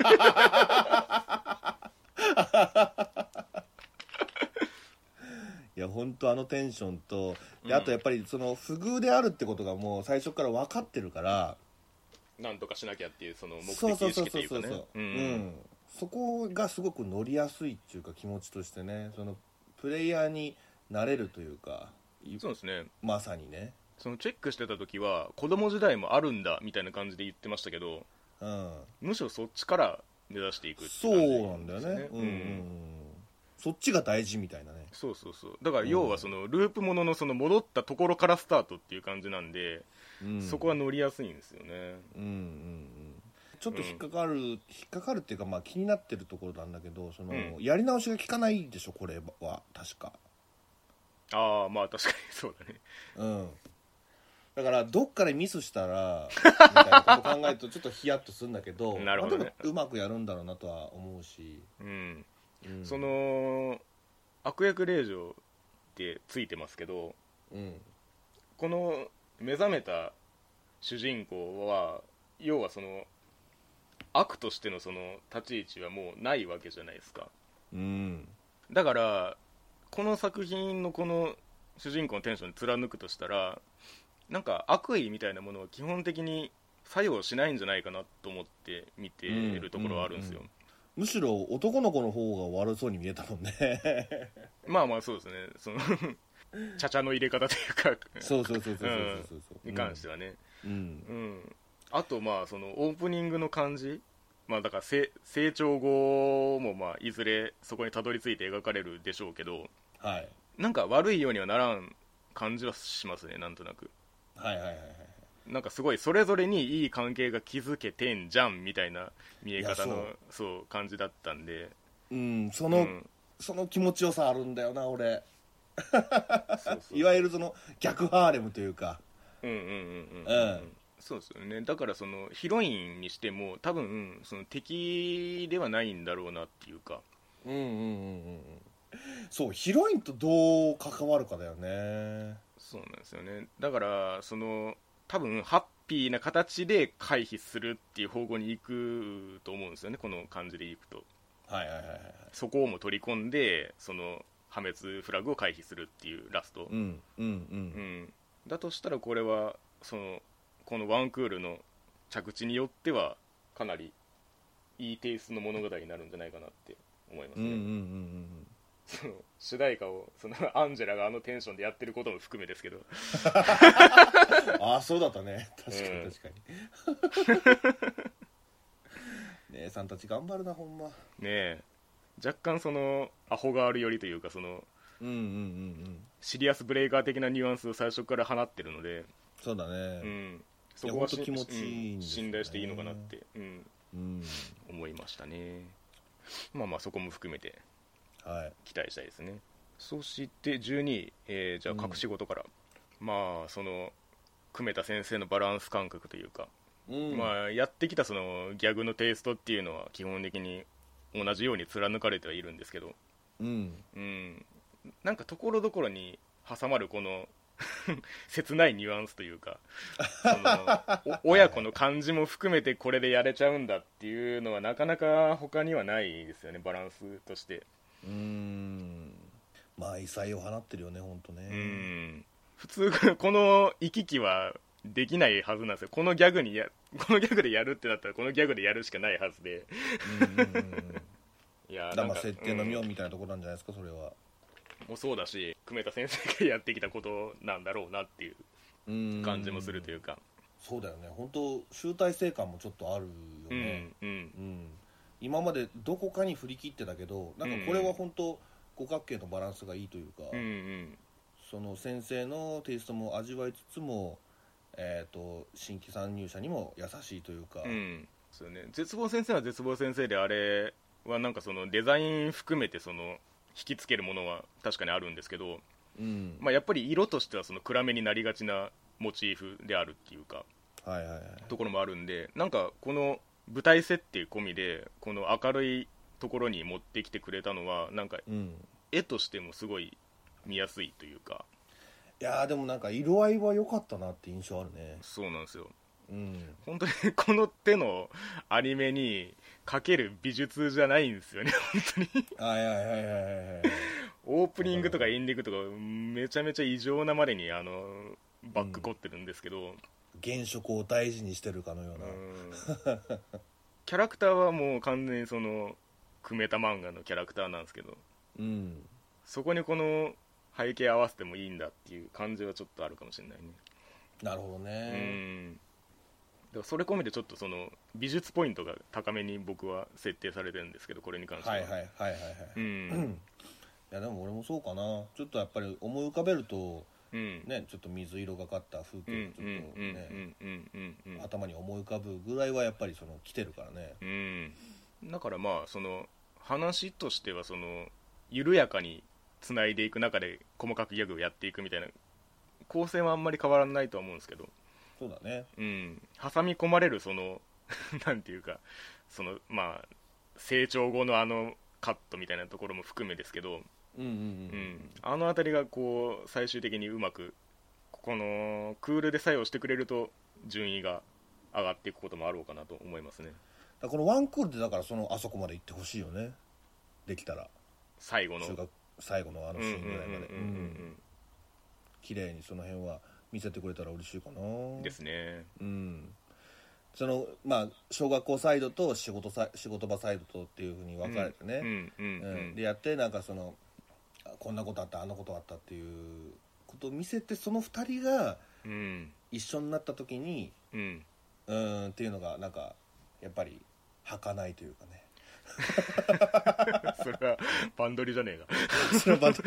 S2: いや本当あのテンションとであとやっぱりその不遇であるってことがもう最初から分かってるから、
S1: なんとかしなきゃっていうその目
S2: そう
S1: 的
S2: そう
S1: 意
S2: そう
S1: 識と
S2: そう
S1: いうかね
S2: そうそううんそこがすごく乗りやすいっていうか気持ちとしてねそのプレイヤーになれるというか
S1: そうですね
S2: まさにね
S1: そのチェックしてた時は子供時代もあるんだみたいな感じで言ってましたけど
S2: うん
S1: むしろそっちから目指していくって
S2: そうなんだよねうん
S1: う
S2: うんうん
S1: ん
S2: そっちが大事みたいなね
S1: そうそうそうだから要はそのループもののその戻ったところからスタートっていう感じなんで、
S2: うん
S1: そこは乗りやすいんですよね
S2: うんうんうんちょっと引っかかる、引っかかるっていうかまあ気になってるところなんだけどその、
S1: うん
S2: やり直しが効かないでしょこれは確か
S1: ああまあ確かにそうだね
S2: うんだからどっかでミスしたらみたいなこと考えるとちょっとヒヤッとするんだけど
S1: (laughs) なるほどね
S2: まあでもうまくやるんだろうなとは思うし、
S1: うん、
S2: うん
S1: そ、の悪役令嬢ってついてますけど
S2: うん、
S1: この目覚めた主人公は要はその悪としてのその立ち位置はもうないわけじゃないですか
S2: うん
S1: だからこの作品のこの主人公のテンションに貫くとしたらなんか悪意みたいなものは基本的に作用しないんじゃないかなと思って見てるところはあるんですよ、
S2: うんむしろ男の子の方が悪そうに見えたも
S1: (laughs)
S2: んね
S1: まあまあそうですねそ
S2: (laughs)
S1: の茶々の入れ方というか
S2: そうそうそうそうそうそうそう、
S1: に関してはね、
S2: う
S1: う
S2: ん
S1: ん、あとまあそのオープニングの感じまあだからせ成長後もまあいずれそこにたどり着いて描かれるでしょうけど
S2: はい、
S1: なんか悪いようにはならん感じはしますねなんとなく
S2: はいはいはいはい
S1: なんかすごいそれぞれにいい関係が築けてんじゃんみたいな見え方
S2: い
S1: の
S2: や
S1: そう感じだったんで
S2: うんそうの、
S1: ん
S2: その気持ちよさあるんだよな俺
S1: そうそう
S2: いわゆるその逆ハーレムというか
S1: うんうんうんうん
S2: うん
S1: そうですよねだからそのヒロインにしても多分その敵ではないんだろうなっていうか
S2: うんうんうんうんそうヒロインとどう関わるかだよね
S1: そうなんですよねだからその多分ハッピーな形で回避するっていう方向に行くと思うんですよねこの感じでいくと
S2: はいはいはいはい
S1: そこをも取り込んでその破滅フラグを回避するっていうラスト、
S2: うんうんう
S1: うんん、だとしたらこれはそのこのワンクールの着地によってはかなりいいテイストの物語になるんじゃないかなって思います
S2: うんう
S1: ね、
S2: んうんうん
S1: その主題歌をそのアンジェラがあのテンションでやってることも含めですけど
S2: ああそうだったね (laughs) 確か
S1: うん
S2: に確かに (laughs) 姉さんたち頑張るなほんま
S1: ねえ若干そのアホガール寄りというかその
S2: うんうんうんうん
S1: シリアスブレイカー的なニュアンスを最初から放ってるので、
S2: そうだ
S1: う
S2: ね
S1: ん、そこはし
S2: いや本当気持ちいい
S1: う
S2: ん
S1: ん
S2: ですよね
S1: 信頼していいのかなって、うん、
S2: うん、
S1: 思いましたねまあまあそこも含めて
S2: はい
S1: 期待したいですねそして12位、えーじゃあ隠し事から、まあその久米田先生のバランス感覚というか、
S2: うん
S1: まあやってきたそのギャグのテイストっていうのは基本的に同じように貫かれてはいるんですけど
S2: うん
S1: うん、なんかところどころに挟まるこの (laughs) 切ないニュアンスというかそのお (laughs) 親子の感じも含めてこれでやれちゃうんだっていうのはなかなか他にはないですよねバランスとして
S2: うーんまあ異彩を放ってるよね本当ね
S1: うん普通この行き来はできないはずなんですよこのギャグにや (laughs) このギャグでやるってなったらこのギャグでやるしかないはずで
S2: うんうんうんうん
S1: いやー
S2: だから
S1: なん
S2: (laughs) まあ
S1: か
S2: 設定の妙
S1: うん
S2: みたいなところなんじゃないですかそれは
S1: もそうだし久米田先生がやってきたことなんだろうなっていう感じもするといううか
S2: そうだよね本当集大成感もちょっとあるよね
S1: うんうん
S2: うん、今までどこかに振り切ってたけどなんかこれは本当五角形のバランスがいいというか、
S1: うんうん
S2: その先生のテイストも味わいつつもえー、と新規参入者にも優しいというか、
S1: うんそうね絶望先生は絶望先生であれはなんかそのデザイン含めてその引きつけるものは確かにあるんですけど、
S2: うん
S1: まあ、やっぱり色としてはその暗めになりがちなモチーフであるっていうか
S2: はいはいはい
S1: ところもあるんでなんかこの舞台設定込みでこの明るいところに持ってきてくれたのはなんか
S2: うん
S1: 絵としてもすごい見やすいというか
S2: いやーでもなんか色合いは良かったなって印象あるね
S1: そうなんですよ
S2: うん
S1: 本当にこの手のアニメにかける美術じゃないんですよね
S2: はいはいはいはいはいはい
S1: オープニングとかエンディングとかめちゃめちゃ異常なまでにあのバック凝ってるんですけど、
S2: 原色を大事にしてるかのような、
S1: うんキャラクターはもう完全にその組めた漫画のキャラクターなんですけど
S2: うん、
S1: そこにこの背景合わせてもいいんだっていう感じはちょっとあるかもしれないね
S2: なるほど
S1: う
S2: ね、
S1: んだからそれ込みでちょっとその美術ポイントが高めに僕は設定されてるんですけどこれに関しては
S2: はいはいはいはいはい、
S1: う
S2: うんんいやでも俺もそうかなちょっとやっぱり思い浮かべると
S1: うん
S2: ねちょっと水色がかった
S1: う
S2: 風
S1: んう
S2: 景がちょっ
S1: ん
S2: と
S1: うん
S2: ね
S1: うんうんうん
S2: 頭に思い浮かぶぐらいはやっぱりその来てるからね
S1: うんだからまあその話としてはその緩やかにつないでいく中で細かくギャグをやっていくみたいな構成はあんまり変わらないとは思うんですけど、
S2: そうだね
S1: うん、挟み込まれるその (laughs) なんていうかそのまあ成長後のあのカットみたいなところも含めですけど、
S2: うんうん
S1: う
S2: うん
S1: ん、あの辺りがこう最終的にうまくここのクールで作用してくれると順位が上がっていくこともあろうかなと思いますね
S2: だからこのワンクールでだからそのあそこまで行ってほしいよねできたら
S1: 最後の
S2: 中学最後のあのシーンぐらい
S1: う
S2: まで
S1: んうんうんうん
S2: 綺麗にその辺は見せてくれたら嬉しいか
S1: うん
S2: な
S1: ですね
S2: うんそのまあ小学校サイドと仕事さ仕事場サイドとっていうふうに分かれてね、
S1: うんうんう
S2: うん
S1: ん
S2: でやってなんかそのあこんなことあったあんなことあったっていうことを見せてその2人が
S1: うん
S2: 一緒になった時に
S1: うん
S2: うーんっていうのがなんかやっぱり儚いという
S1: (laughs)
S2: かね
S1: それはバンドリじゃねえか
S2: その場で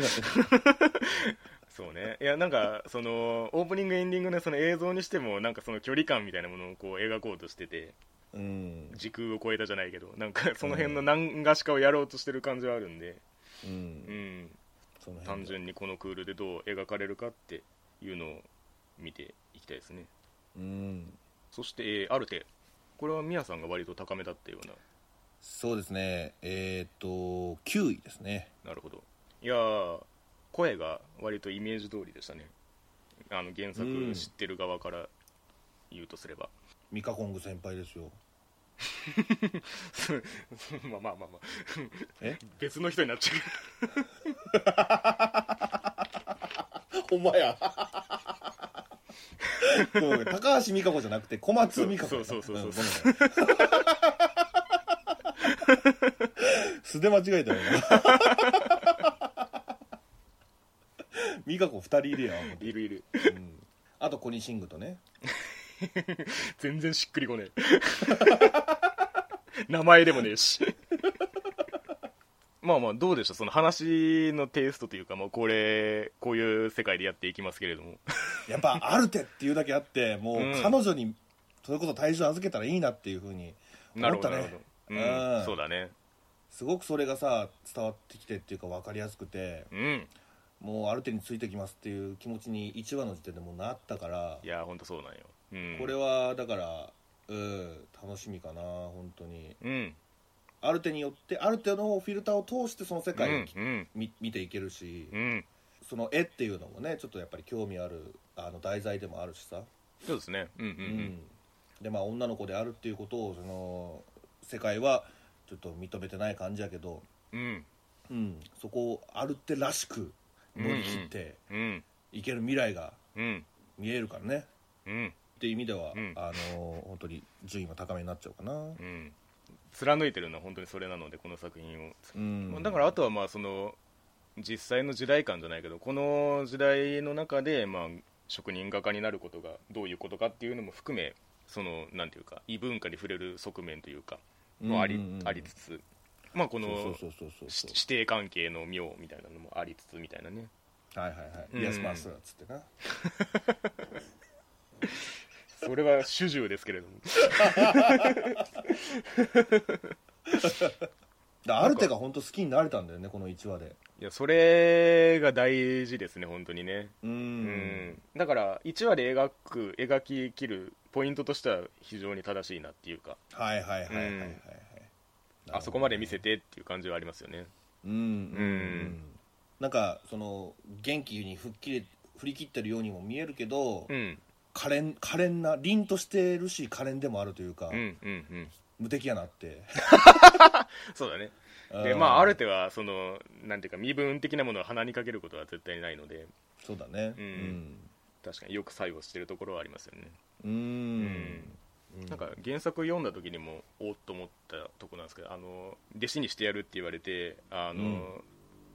S1: そうねいやなんかそのオープニングエンディングのその映像にしてもなんかその距離感みたいなものをこう描こうとしてて
S2: うん、
S1: 時空を超えたじゃないけどなんかその辺の何がしかをやろうとしてる感じはあるんで
S2: う、
S1: うんん
S2: その
S1: 単
S2: 辺で
S1: 純にこのクールでどう描かれるかっていうのを見ていきたいですね
S2: うん
S1: そして、えーアルテこれはミヤさんが割と高めだったような
S2: そうですねえっ、と9位ですね
S1: なるほどいやー声が割とイメージ通りでしたねあの原作
S2: うん
S1: 知ってる側から言うとすれば、
S2: ミカコング先輩ですよ
S1: (laughs) まあまあまあまあ
S2: え
S1: 別の人になっちゃう
S2: ほんまやごめん高橋美香子じゃなくて小松美香子やな
S1: そうそうそうそうん
S2: ごめんごめん素で間違えたよな美香子2人いるやん、
S1: いるいる
S2: うんあとコニシングとね
S1: 全然しっくりこねえ (laughs) 名前でもねえしまあまあどうでしたその話のテイストというかもうこれこういう世界でやっていきますけれども
S2: やっぱアルテっていうだけあってもう
S1: うん
S2: 彼女にそれこそ体重預けたらいいなっていうふうに
S1: なる
S2: 思
S1: ほ
S2: った
S1: ど
S2: ね
S1: なるほど、
S2: う
S1: うんん、そうだね
S2: すごくそれがさ伝わってきてっていうか分かりやすくて
S1: うん
S2: もうある程度についてきますっていう気持ちに1話の時点でもうなったから
S1: いや本当そうなんよ、うん、
S2: これはだからうん楽しみかな本当に
S1: うん
S2: ある程度によってある程度のフィルターを通してその世
S1: う
S2: 界を、
S1: んうん
S2: み見ていけるし
S1: うん
S2: その絵っていうのもねちょっとやっぱり興味あるあの題材でもあるしさ、
S1: そうですねうんうん
S2: う
S1: うん
S2: でまあ女の子であるっていうことをその世界はちょっと認めてない感じやけど、
S1: うん
S2: うん、そこをアルテらしく乗り切って
S1: うん
S2: いける未来が
S1: うん
S2: 見えるからね
S1: うん
S2: っていう意味では、
S1: うん
S2: あの本当に順位は高めになっちゃうかな
S1: うん貫いてるのは本当にそれなのでこの作品を、
S2: うん、
S1: だからあとはまあその実際の時代感じゃないけどこの時代の中でまあ職人画家になることがどういうことかっていうのも含めそのなんていうか異文化に触れる側面というかもあり,、
S2: うんうんうん
S1: ありつつまあこ
S2: そうそ
S1: の
S2: うそうそうそう
S1: し師弟関係の妙みたいなのもありつつみたいなね
S2: はいはいはい、
S1: うん
S2: イエスマスっつってな
S1: それは主従ですけれども
S2: だアルテが本当好きになれたんだよねこの1話で
S1: いやそれが大事ですね本当にね
S2: うん
S1: うんだから1話で描く描ききるポイントとしては非常に正しいなっていうか
S2: はいはいはいはいはい、はい
S1: うんあそこまで見せてっていう感じはありますよね
S2: うんうん、うん、なんかその元気に吹っ切れ振り切ってるようにも見えるけど、
S1: うん
S2: 可憐可憐な凛としてるし可憐でもあるというか、
S1: うんうんうん
S2: 無敵やなって
S1: そうだね
S2: う
S1: で
S2: ん
S1: まあある手はそのなんていうか身分的なものを鼻にかけることは絶対にないので
S2: (laughs) そうだね
S1: うん確かによく作用してるところはありますよね
S2: うん、うん
S1: なんか原作読んだ時にもおっと思ったとこなんですけどあの弟子にしてやるって言われてあの、
S2: うん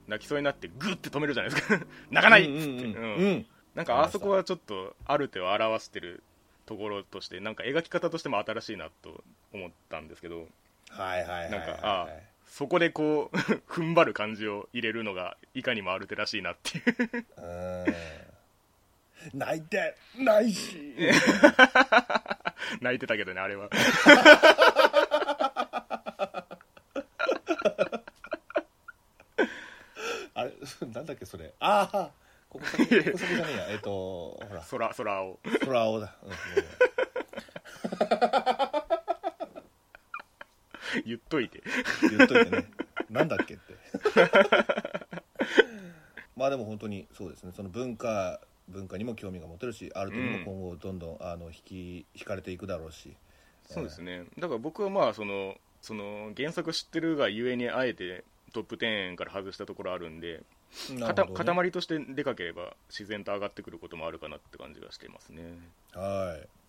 S1: 泣きそうになってグッて止めるじゃないですか (laughs) 泣かないっつって、
S2: うんうん
S1: う
S2: うんん
S1: なんかあそこはちょっとある手を表してるところとしてなんか描き方としても新しいなと思ったんですけど
S2: はいはいはい
S1: なん
S2: は
S1: か、
S2: い
S1: ああそこでこう (laughs) 踏ん張る感じを入れるのがいかにもある手らしいなっていう (laughs)
S2: うん泣いてないし
S1: 泣いてたけどねあれは
S2: あれ (laughs) なんだっけそれああここ先ここ先じゃね
S1: (laughs)
S2: えやえっとほら
S1: 空空を
S2: 空青だ、うん
S1: 言っといて
S2: 言っといてねなんだっけって (laughs) まあでも本当にそうですねその文化文化にも興味が持てるしアルトにも今後どんどん、あの引き引かれていくだろうし
S1: そうですね、だから僕はまあそのその原作知ってるがゆえにあえてトップ10から外したところあるんで、
S2: な
S1: かた
S2: るほどね
S1: 塊としてでかければ自然と上がってくることもあるかなって感じがしてますね
S2: はい